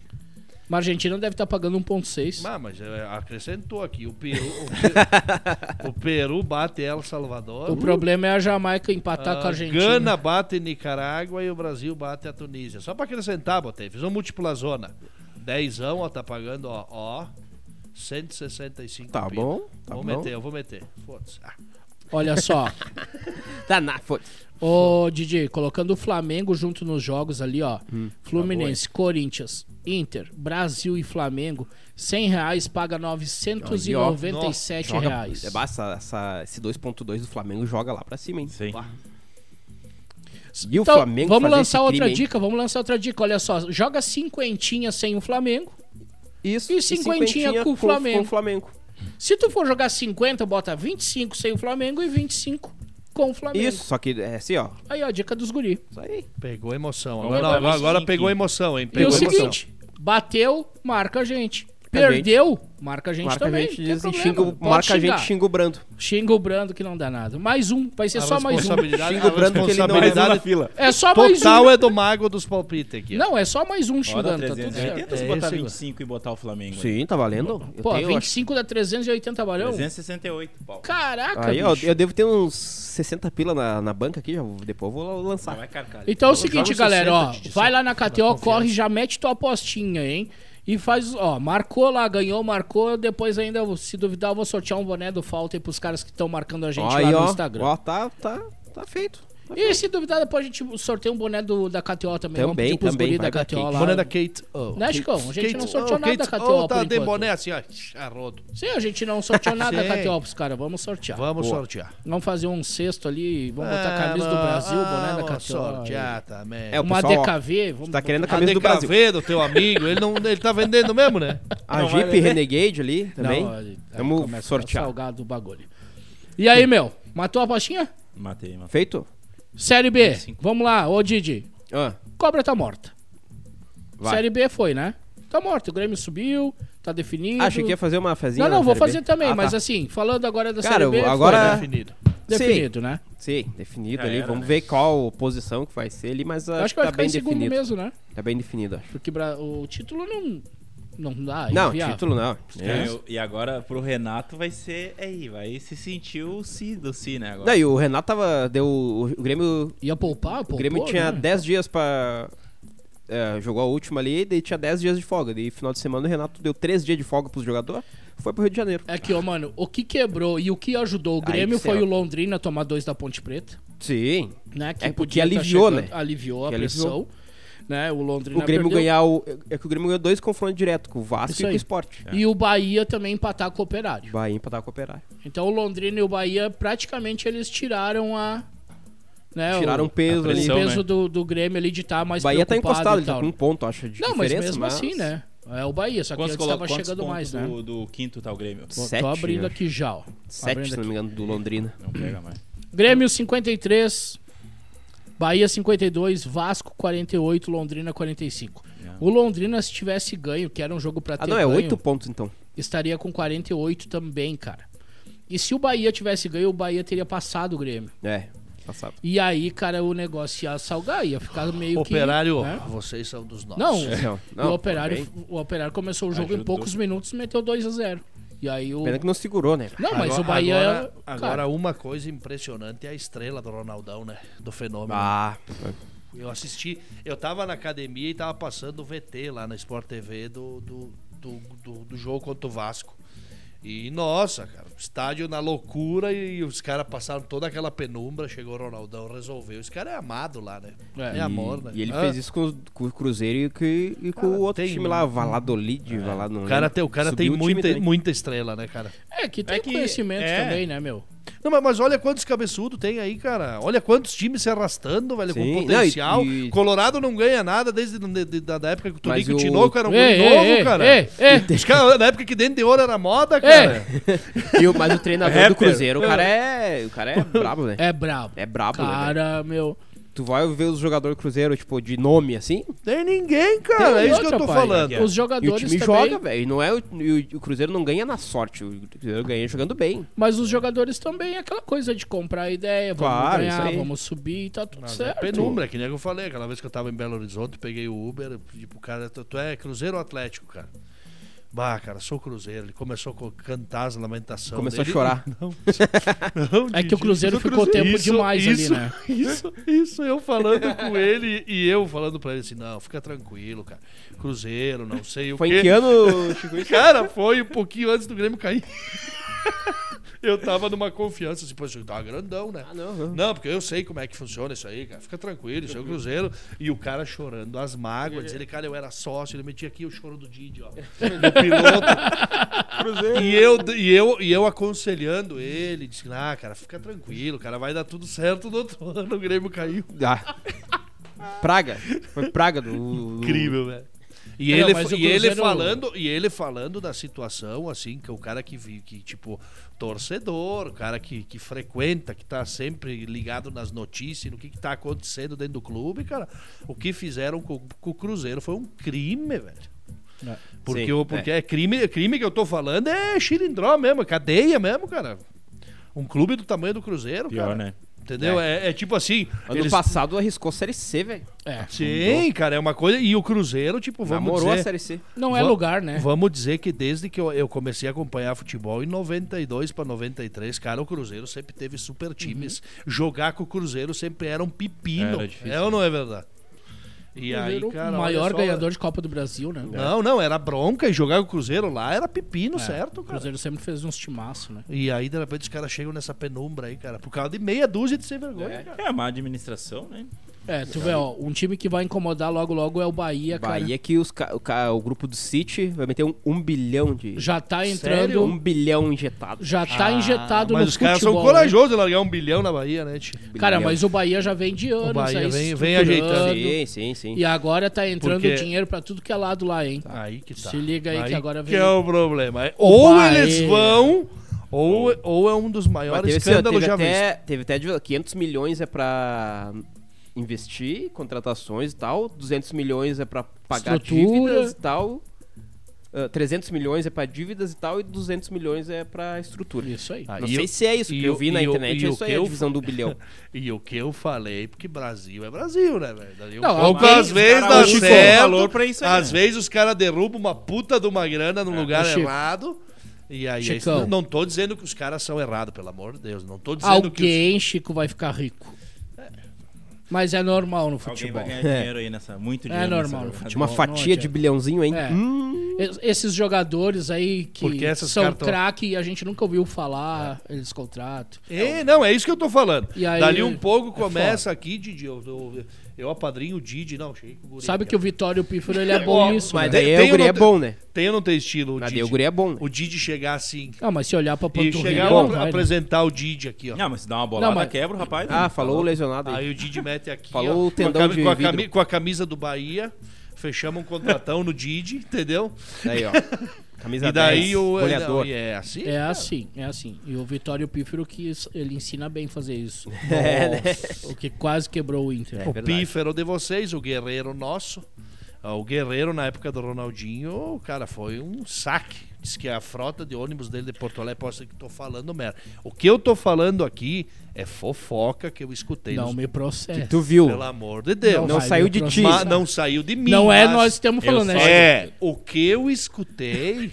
Mas a Argentina deve estar pagando 1,6.
Ah, mas é, acrescentou aqui. O Peru, o Peru, o Peru bate El Salvador.
O problema é a Jamaica empatar
Ah,
com a
a
Argentina.
Ah, Gana bate Nicarágua e o Brasil bate a Tunísia. Só pra acrescentar, botei. Fiz um múltipla zona. Dezão, ó, tá pagando, ó, ó. 165
Tá
pila.
bom, tá
vou
bom.
meter, eu vou meter. Foda-se. Ah,
Olha só.
boa. Tá na foda.
Ô, Didi, colocando o Flamengo junto nos jogos ali, ó.
Hum, tá
Fluminense, Corinthians, Inter, Brasil e Flamengo. 100 reais paga 997
Joga-
reais.
É, bah, essa, essa- esse 2.2 do Flamengo joga lá pra cima, hein?
Sim.
E o
Então,
Flamengo
vamos
fazer
lançar
esse
outra
crime, hein?
dica, vamos lançar outra dica. Olha só, joga cinquentinha sem o Flamengo.
Isso.
E cinquentinha com o Flamengo.
Com o Flamengo.
Se tu for jogar 50, bota 25 sem o Flamengo e 25 com o Flamengo.
Isso, só que é assim, ó.
Aí, ó, a dica dos guri.
Isso aí.
pegou emoção.
Vamos
Agora,
botar
agora,
mais
agora
cinco.
pegou emoção, hein?
E
Pegou
o
emoção.
seguinte, bateu, marca a gente.
Marca a
Perdeu, marca a gente
Marca
também.
a gente,
não tem
diz, e
problema,
xinga, o-
pode
marca a
xingar.
gente, xinga o Brando.
Xinga o Brando que não dá nada. Mais um, vai ser
Ah,
A
só mais um.
responsabilidade-
Xinga o
a
Brando que ele não é na
responsabilidade
fila.
É só mais um.
Total é do mago dos palpites aqui. ó.
Não, é só mais um
Bora
xingando, tá tudo certo.
380 se
É
botar
esse,
25 e botar o Flamengo. aí.
Sim, tá valendo. Eu
Pô,
tenho, acho.
25 dá 380 barão?
368, pau.
Caraca,
Aí, ó,
bicho.
eu devo ter uns 60 pila na, na banca aqui, já, vou- depois eu vou lançar.
Vai carcar.
Então é o seguinte,
joga
galera, ó.
60 de
Vai lá na KTO, corre, já mete tua apostinha, hein? E faz, ó, marcou lá, ganhou, marcou. Depois ainda, se duvidar, eu vou sortear um boné do Falta aí pros caras que estão marcando a gente
Ó, aí,
lá
ó,
no Instagram.
Ó, tá, tá, tá feito. Tá
E se duvidar, depois a gente sorteia um boné do, da KTO também. Vamos
Também,
pedir pros
também,
guri da
vai pra
KTO
Kate.
lá.
Boné da Kate. O.
Né, Chicão? A gente não sorteou nada da KTO
Oh,
por
tá de
enquanto.
boné assim, ó. Arrodo.
Tá.
Sim, a gente não sorteou nada da
Sim.
KTO pros caras. Vamos sortear.
Vamos sortear.
Vamos fazer um cesto ali, vamos botar a
Ah,
camisa do Brasil, boné da
Vamos
KTO.
sortear também.
É, o
Uma
pessoal, ó,
DKV, vamos.
feito. Tá querendo a
A
camisa do Brasil.
DKV do teu amigo, ele, não, ele tá vendendo mesmo, né?
A
Não,
Jeep
vai-
Renegade ali
Não,
também.
aí
Vamos
começa a
sortear.
Salgado o bagulho. E aí, meu? Matou a postinha?
Matei, matei.
Feito?
Série B.
Cinco.
Vamos lá, ô Didi.
Ah,
Cobra tá morta.
vai.
Série B foi, né? Tá morta. O Grêmio subiu, tá definido.
Acho que ia fazer uma fezinha.
Não, não,
na
vou
Série B.
fazer também,
Ah,
mas
tá.
assim, falando agora da
Cara,
Série B,
eu- agora-
foi, né?
Tá Definido.
definido, né?
Sim, definido
Já
ali.
era,
Vamos
né?
ver qual posição que vai ser ali, mas
É, Eu
acho,
acho que vai
tá
ficar
bem
em segundo
definido.
mesmo, né?
Tá bem definido, acho.
Porque bra- o título não não dá, é
Não,
inviável.
título não. É.
Ganhou. E agora pro Renato vai ser é aí, vai se sentir o si do si, né? Agora.
Daí o Renato tava. Deu. O o Grêmio.
Ia poupar, poupou,
o Grêmio tinha
né?
10 dias pra. é, jogou a última ali, daí tinha 10 dias de folga. Daí final de semana o Renato deu 3 dias de folga pros jogadores, foi pro Rio de Janeiro.
É que, ó, mano, o que quebrou e o que ajudou o
Aí
Grêmio
que
foi
será.
o Londrina tomar dois da Ponte Preta,
Sim.
né?
É, porque
podia tá
aliviou,
chegando,
né?
Aliviou
Que
a pressão,
aliviou.
né? O Londrina
O Grêmio
perdeu.
ganhar o. É que o Grêmio ganhou dois confrontos direto, com o Vasco
Isso
e com
aí. É.
o Sport.
E o Bahia também empatar com o Operário.
Vai empatar com o Operário.
Então o Londrina e o Bahia, praticamente, eles tiraram a... Né,
Tiraram
o,
um peso
o
ali.
pressão,
peso
né?
do, do Grêmio ali de estar mais
O Bahia tá
preocupado
encostado,
e
ele tá
tal.
com um ponto, acho, de
Não, mas
diferença.
mesmo assim, né? É o Bahia, só que
Quantos
antes
colo-
tava
quantos
chegando
pontos
mais, né?
do, do quinto tá o Grêmio?
Bom,
Sete,
Tô abrindo
né?
aqui já, ó. Abrindo
7, se não
Tá aqui.
me engano, do Londrina.
Não pega mais.
Grêmio 53, Bahia 52, Vasco 48, Londrina 45. O Londrina, se tivesse ganho, que era um jogo pra ter
Ah, não, é
ganho,
8 pontos então.
estaria com 48 também, cara. E se o Bahia tivesse ganho, o Bahia teria passado o Grêmio.
É, passado.
E aí, cara, o negócio ia salgar, ia ficar meio
Operário,
que... né?
vocês são dos nossos.
Não,
Não,
e o,
Assim, não,
É. operário, o Operário começou o jogo em
Ajudou.
poucos minutos e meteu 2 a 0 E aí o...
Pena que não segurou, né?
Não, mas
Agora-
o Bahia... cara,
Agora, agora uma coisa impressionante é a estrela do Ronaldão, né? Do fenômeno.
Ah,
Eu assisti, eu tava na academia e tava passando o VT lá na Sport TV do, do, do, do- do jogo contra o Vasco. E nossa, cara, estádio na loucura e, os caras passaram toda aquela penumbra, chegou o Ronaldão, resolveu. Esse cara é amado lá, né?
É.
É, amor, né?
E ele
Ah,
fez isso com, o- com o Cruzeiro e, com- e com
Cara,
o outro
tem-
time lá, Valladolid, Valladolid. não
O cara
lembro.
tem, o cara tem
Subiu time
muita,
também.
muita estrela, né, cara?
É que tem
É que-
conhecimento
é.
também, né, meu?
Não, mas, mas olha quantos cabeçudos tem aí, cara. Olha quantos times se arrastando, velho,
Sim.
com
Não,
potencial.
e- e-
Colorado não ganha nada desde de- de- da, da época que o
Mas
Tonico
o-
Tinoco era um
Ei,
guri
ei,
novo,
ei,
cara.
ei, ei.
Os caras, na época que dentro de ouro era moda, cara.
E o- mas o treinador do
Rapper.
Cruzeiro, o cara é. O cara é brabo, né?
É brabo.
É brabo, né?
Cara, meu.
Tu vai ver os jogadores do Cruzeiro, tipo, de nome assim,
Tem ninguém, cara.
Tem
é isso que eu
outra,
tô
pai.
falando.
Os
e o
jogadores
time
também,
joga, velho. E não é o, e o, o Cruzeiro não ganha na sorte, o Cruzeiro ganha jogando bem.
mas os jogadores também é aquela coisa de comprar a ideia, vamos
Claro, isso
ganhar,
aí.
vamos subir, tá tudo
Mas é
certo.
penumbra, que nem eu falei. Aquela vez que eu tava em Belo Horizonte, peguei o Uber, eu pedi pro cara, tu, tu é Cruzeiro ou Atlético, cara? Bah, cara, sou Cruzeiro. Ele começou a cantar as lamentações.
Começou a
dele.
chorar.
Não,
É que o
Didi,
Cruzeiro
sou
ficou tempo
Isso,
demais
isso,
ali, né?
Isso, isso, eu falando com ele e eu falando pra ele assim: não, fica tranquilo, cara. Cruzeiro, não sei o
Foi
quê.
em que ano, Chico?
Cara, foi um pouquinho antes do Grêmio cair. Eu tava numa confiança, assim, pô, isso tava grandão, né?
Ah, não,
Não, porque eu sei como é que funciona isso aí, cara. Fica tranquilo, isso é o Cruzeiro. E o cara chorando, as mágoas. Ele, cara, eu era sócio, ele metia aqui o choro do Didi, ó. Do piloto. E eu, e, eu, e eu aconselhando ele, disse, ah, cara, fica tranquilo, cara, vai dar tudo certo no outro ano, o Grêmio caiu.
Ah. Praga. Foi praga do. do-
Incrível, velho. E,
Não,
ele,
mas
fa-
o
e, ele
Cruzeiro- é um-
falando, e ele falando da situação, assim, que o cara que vive, que, tipo, torcedor, o cara que, que frequenta, que tá sempre ligado nas notícias, no que, que tá acontecendo dentro do clube, cara, o que fizeram com, com o Cruzeiro foi um crime, velho. Porque,
Sim,
o- porque é. crime, crime que eu tô falando é xilindró mesmo, é cadeia mesmo, cara. Um clube do tamanho do Cruzeiro, cara.
Pior, né?
Entendeu? É. é tipo assim.
Ano passado arriscou a Série C, velho.
É,
Sim, cara, é uma coisa. E o Cruzeiro, tipo, vamos
Namorou
dizer.
a Série C.
não é
Va-
lugar, né?
Vamos dizer que desde que eu, eu comecei a acompanhar futebol em 92 para 93, cara, o Cruzeiro sempre teve super times. Jogar com o Cruzeiro sempre era um pepino.
Uhum. Era difícil. né?
é ou não é verdade? E aí,
Cruzeiro,
cara,
o
olha
maior
só, né?
ganhador de Copa do Brasil, né?
Não, não, era bronca e jogar com o Cruzeiro lá era
É,
pepino, certo,
O
cara?
Cruzeiro sempre fez uns timaço, né?
E aí, de repente, os caras chegam nessa penumbra aí, cara, por causa de meia dúzia de sem vergonha, cara.
É a má administração, né?
É, tu vê, ó, um time que vai incomodar logo logo é o Bahia, cara.
Bahia que os ca- o, ca- o grupo do City vai meter um, um bilhão de.
já tá
Sério?
Um
entrando,
bilhão injetado.
já tá injetado
Mas
no
os
futebol.
caras são
né?
corajosos de largar um bilhão na Bahia, né, tio?
Cara,
um Bilhão.
mas o Bahia já vem de anos
Bahia
aí
vem- vem
estruturando,
ajeitando.
Sim, sim, sim.
E agora tá entrando
Porque-
dinheiro pra tudo que é lado lá, hein?
Aí que tá.
Se liga aí que agora
Que
vem-
é o problema. É, Ou
Bahia.
eles vão, ou, ou é um dos
Mas
maiores
teve, assim, ó,
escândalos
teve,
já vistos.
até, teve até de- 500 milhões é pra investir, contratações e tal. 200 milhões é pra pagar
Estrutura.
dívidas e tal. ah, 300 milhões é pra dívidas e tal. E 200 milhões é pra estrutura.
Isso aí.
Ah,
Não
e
sei
eu-
se é isso
e
que eu
o-
vi na
e o-
internet.
e
é
o
isso
que
aí, a
eu-
divisão do bilhão.
E o que eu falei, porque Brasil é Brasil, né, velho? Dali um
Não,
pouco,
alguém-
às vezes
cara,
dá
o Chico,
certo,
valor pra isso aí,
às
né?
vezes os caras derrubam uma puta de uma grana num lugar
É, o Chico.
errado. E aí, é isso.
Chicão.
não, não tô dizendo que os caras são errados, pelo amor de Deus. Não tô dizendo que
Alguém, Chico, vai ficar rico. Mas é normal no
Alguém
futebol.
vai ganhar dinheiro aí nessa. Muito
É
dinheiro.
normal no
nessa
Uma
futebol. Não
fatia de
adianta.
bilhãozinho, hein?
É.
Hum,
Es- Esses jogadores aí
Porque
que
essas É.
são
cartas-
craque e a gente nunca ouviu falar, eles contratam.
os... É, não, é isso que eu tô falando.
E aí-
Dali um pouco
é
começa aqui, Didi. Eu, eu, eu apadrinho o Didi. Não, cheguei com o guri é
Sabe
aqui,
que o Vitório Pífaro ele é bom nisso,
Mas
né?
daí é
Tem
o guri
ou
é
não
bom, né?
ó. Tem ou não tem estilo, o
Mas daí
Didi?
o guri é bom, né?
O Didi chegar assim,
Ah, mas se olhar pra
E
panturrilha,
chegar
não
lá pra
vai, né?
apresentar o Didi aqui, ó.
Não, mas se dá uma bolada,
Não, mas-
quebra o rapaz. né?
Ah, falou o lesionado aí.
Aí o Didi mete aqui,
Falou
ó,
o tendão
com, a, cami-
de
com, a
vidro.
cami- com a camisa do Bahia, fechamos um contratão no Didi, entendeu?
Daí, ó. Camisa
E daí
10,
o...
goleador.
não, e é assim?
É assim, é assim. E o Vitório Pífero que s- ele ensina bem fazer isso.
É, né?
O que quase quebrou o Inter.
É
o
verdade.
pífero de vocês, o guerreiro nosso. Ah, O guerreiro, na época do Ronaldinho, cara, foi um saque. Diz que a frota de ônibus dele de Porto Alegre, posso ser que tô falando merda. O que eu tô falando aqui é fofoca que eu escutei.
não
nos-
me processa.
Tu viu.
Pelo amor de Deus.
Não
vai,
saiu
me
de ti.
processa.
Mas não saiu de mim.
Não é
mas-
nós que estamos falando, né?
só-
Chico?
É, o que eu escutei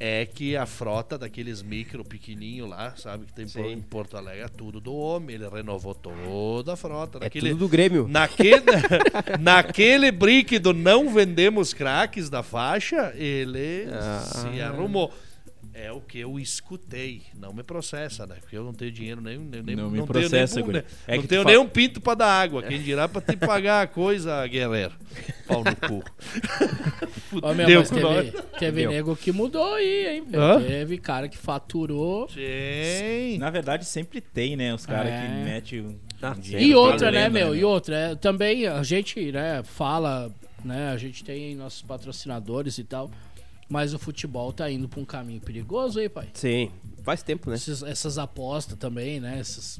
é que a frota daqueles micro pequenininho lá, sabe, que tem por-
Sim.
em Porto Alegre, é tudo do homem. Ele renovou toda a frota.
É
Naquele,
tudo do Grêmio.
naquele, naquele brique do não vendemos craques da faixa, ele se arrumou. É o que eu escutei. Não me processa, né? Porque eu não tenho dinheiro nem. nem nem-
Não
tenho
me
nem
processa,
bu-
guri.
né?
É
não
que tu
tenho
fa-
nem um pinto pra dar água. Quem dirá pra te pagar a coisa, guerreiro? Pau no cu.
Ó, meu,
Deu
mas
com
teve,
nós.
teve
Deu.
nego que mudou aí, hein? velho?
Hã?
Teve cara que faturou.
Sim.
Na verdade, sempre tem, né? Os caras
É.
que metem um
Tá
dinheiro
E outra, né,
valendo,
meu? E outra. é, também a gente, né, fala, né? A gente tem nossos patrocinadores e tal. Mas o futebol tá indo pra um caminho perigoso aí, pai.
Sim. Faz tempo, né?
Esses- essas apostas também, né? Essas...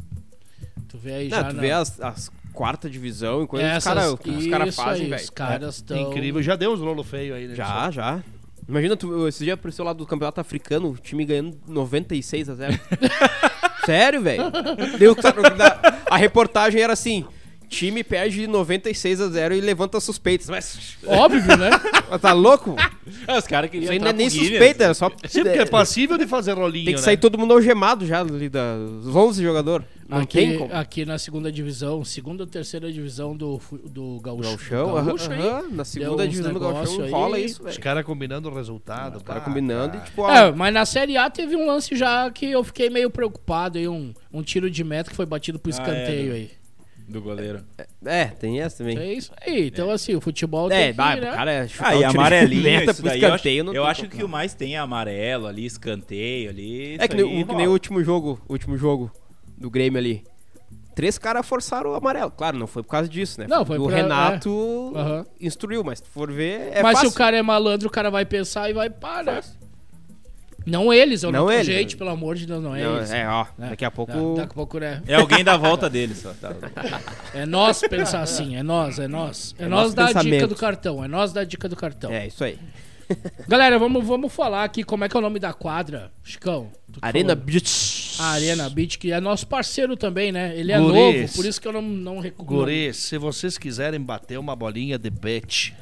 Tu vê aí
Não,
já.
tu
na-
vê as, as quarta divisão e coisa. Os
Essas-
caras os cara
isso
fazem,
aí,
velho. É
Os caras estão.
É Incrível, já deu uns rolo feio aí, né?
Já, já. Imagina, tu, esse dia apareceu lá do campeonato africano, o time ganhando 96 a 0. Sério, velho? Deu- A reportagem era assim: time perde 96 a 0 e levanta suspeitas. Mas,
Óbvio, né?
mas tá louco?
Os caras queriam
Isso aí não é nem
pro Guinness.
suspeita, é só.
Sim, porque é passível de fazer rolinho,
Tem que sair
né?
todo mundo algemado já, ali da, os 11 jogadores. Não tem
Aqui, é
como.
aqui na segunda divisão, segunda ou terceira divisão do, fu- do gaúcho,
Gauchão,
do gaúcho um aí.
aham, aham, na segunda
uns
divisão do
negócio
Gauchão
aí.
rola isso,
Os
velho.
caras combinando o resultado.
Os caras
pá,
combinando
pá.
e tipo, ó,
É, mas na Série A teve um lance já que eu fiquei meio preocupado aí, um, um tiro de meta que foi batido pro
Ah,
escanteio aí.
Do goleiro.
é, tem essa também.
Então é isso aí. Então, assim, o futebol
É,
tem
dá,
que,
o
né?
cara é chutar o
Ah, e
tiro de
amarelinho,
meta
isso
pro
daí, eu acho,
escanteio, não
eu
tem
acho
como.
que o mais tem é amarelo ali, escanteio ali.
É que nem, o, que nem o último jogo, o último jogo do Grêmio ali. Três caras forçaram o amarelo. Claro, não foi por causa disso, né?
Não, foi
o
pra-
Renato
é. Aham.
instruiu, mas se tu for ver, é
mas
fácil.
se o cara é malandro, o cara vai pensar e vai parar. Não eles, eu não,
Não
tô-
eles.
Gente, pelo amor de Deus, não é
Não,
eles.
é, ó,
né?
daqui a pouco...
Dá- Daqui a pouco, né?
É alguém da volta dele só. Tá.
É nós pensar assim, é nós, é nós. É,
É
nós
nosso
dar a dica
pensamento.
do cartão, é nós dar a dica do cartão.
É, isso aí.
Galera, vamos, vamos falar aqui como é que é o nome da quadra, Chicão. Tu que
Arena
falou.
Beach.
A Arena Beach, que é nosso parceiro também, né? Ele é
Guris.
novo, por isso que eu não, não recuo.
Guri, se vocês quiserem bater uma bolinha de bet,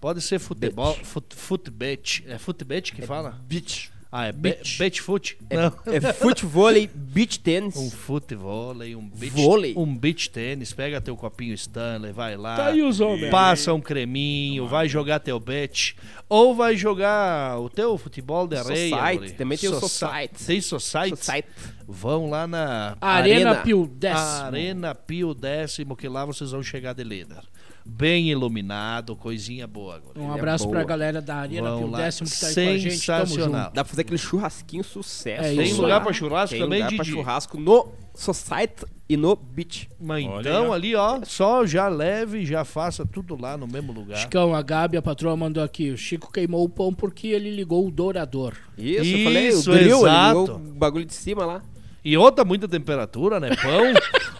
pode ser futebol, fut, futbet. É futbet que fala?
Beach.
Ah, é be-
Beach.
bet foot?
É, é futebol, beach tênis.
Um futebol, um beach,
Vôlei.
um beach tênis, pega teu copinho Stanley, vai lá.
Tá aí os homens.
Passa um creminho, vai jogar teu bet. Ou vai jogar o teu futebol de areia.
Society,
guri.
também tem o
Soci-
Society.
Tem society.
Society.
Vão lá na
Arena,
Arena.
Pio Décimo.
Arena Pio décimo, que lá vocês vão chegar de líder. Bem iluminado, coisinha boa. guri.
Um abraço pra
boa.
galera da Arena
Vão
Pio
lá.
Décimo que tá aí com a gente. Tamo
Sensacional.
junto.
Dá pra fazer aquele churrasquinho sucesso.
É
lá.
Tem
isso
lugar
aí.
pra churrasco
Tem
também,
lugar pra
Didi?
churrasco no Society e no Beach.
Mas
Olha
então
aí, ó.
ali, ó, só já leve, já faça tudo lá no mesmo lugar.
Chicão, a Gabi, a patroa, mandou aqui. O Chico queimou o pão porque ele ligou o dourador.
Isso,
Isso,
eu falei, o grill, ele
exato.
ligou o bagulho de cima lá.
E outra muita temperatura, né? Pão.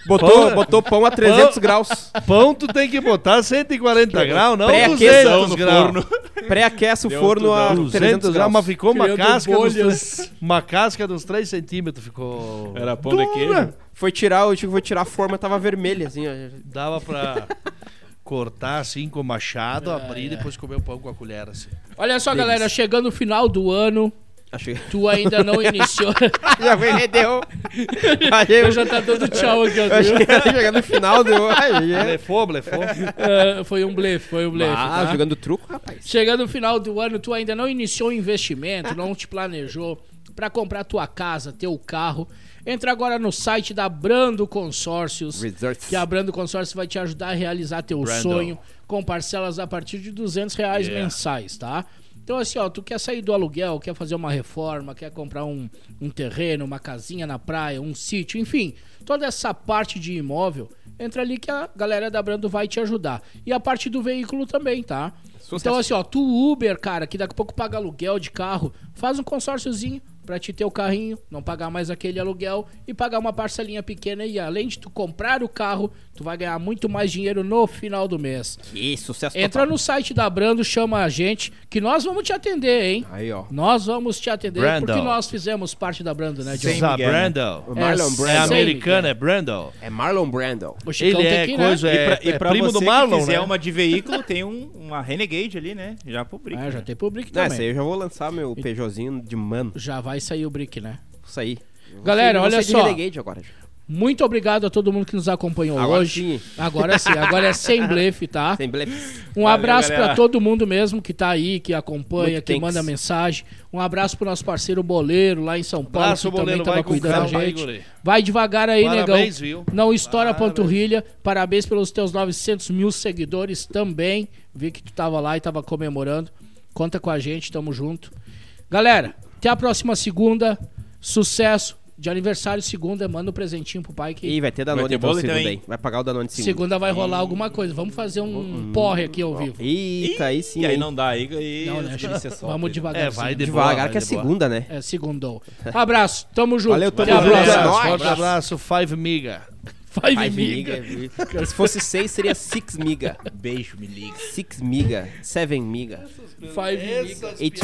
Botou,
Pão-
botou pão a 300
Pão-
graus.
Pão tu tem que botar 140 graus, não
Pré-aqueça no
200 graus.
Pré-aquece o forno a
200
300
graus,
graus.
mas ficou uma
Criando
casca, dos
bolhas.
três- uma casca dos 3 centímetros. Ficou.
Era pão de queijo.
Foi tirar, o Chico foi tirar a forma, tava vermelha, assim, ó.
Dava pra cortar assim com o machado,
É,
abrir e depois comer o pão com a colher. Assim.
Olha só, galera, chegando o final do ano,
Achei.
tu ainda não iniciou.
Já foi, rendeu. Aí eu
Eu
já
já tá dando tchau aqui, ó.
achei que ia chegar no final, deu. Aí, é.
Blefou, blefou.
Ah, foi um blefe, foi um blefe.
Ah,
tá?
jogando truco, rapaz.
Chegando no final do ano, tu ainda não iniciou o investimento, não te planejou para comprar tua casa, teu carro. Entra agora no site da Brando Consórcios.
Resorts.
Que a Brando Consórcio vai te ajudar a realizar teu
Brando.
sonho com parcelas a partir de 200 reais
Yeah.
mensais, tá? Então, assim, ó, tu quer sair do aluguel, quer fazer uma reforma, quer comprar um, um terreno, uma casinha na praia, um sítio, enfim, toda essa parte de imóvel, entra ali que a galera da Brando vai te ajudar. E a parte do veículo também, tá? Então, assim, ó, tu Uber, cara, que daqui a pouco paga aluguel de carro, faz um consórciozinho pra te ter o carrinho, não pagar mais aquele aluguel e pagar uma parcelinha pequena e além de tu comprar o carro, tu vai ganhar muito mais dinheiro no final do mês.
Que sucesso
Entra no site da Brando, chama a gente, que nós vamos te atender, hein?
Aí, ó.
Nós vamos te atender
Brando.
porque nós fizemos parte da Brando, né, John?
Sem
Essa
Miguel, né?
Brando.
Marlon
É
Brando.
americana, é Brando.
É Marlon Brando.
O Chicão
Ele
tem
é
que ir, né?
coisa, é,
E pra, e
é
pra
primo
você
do Marlon,
que quiser
né?
uma de veículo, tem um- uma Renegade ali, né? Já pro brick.
É, já tem pro Brick
Não,
também.
esse aí eu já vou lançar meu Peugeotzinho de mano.
Já vai sair o Brick, né?
Isso aí.
Galera,
Eu vou
olha
sair de
só.
Renegade agora.
Muito obrigado a todo mundo que nos acompanhou
Agora
hoje.
sim.
Agora sim, agora é sem blefe, tá?
Sem blefe.
Um
Valeu,
abraço
galera.
pra todo mundo mesmo que tá aí, que acompanha,
Muito
que
thanks.
manda mensagem. Um abraço pro nosso parceiro Boleiro lá em São Paulo,
Abraço,
que também
Boleiro,
tava
vai com
cuidando
calma
da
aí,
gente.
guri.
Vai devagar aí,
Parabéns,
negão.
viu?
Não estoura a
Parabéns.
panturrilha. Parabéns pelos teus 900 mil seguidores também. Vi que tu tava lá e tava comemorando. Conta com a gente, tamo junto. Galera, até a próxima segunda. Sucesso. De aniversário, segunda, manda um presentinho pro pai que
E vai ter
Vai
Danone
ter
então
bolo,
segunda
então,
aí.
hein?
Vai pagar o Danone segunda.
segunda vai rolar alguma coisa. Vamos fazer um porre aqui ao vivo.
Eita, Tá aí sim.
E aí
hein?
não dá, aí, aí
Não, né,
a
gente?
polícia solta,
Vamos
né?
devagar.
É, vai de boa,
Devagar
vai
que é
de boa.
segunda, né?
É, segundou. Abraço, tamo junto.
Valeu, tamo
Até a
junto.
próxima.
É nóis.
Forte abraço, Five Miga.
Five,
Five
miga.
miga. Se fosse seis, seria six miga.
Beijo, me liga.
Six miga. Seven miga.
Five miga.
Eight...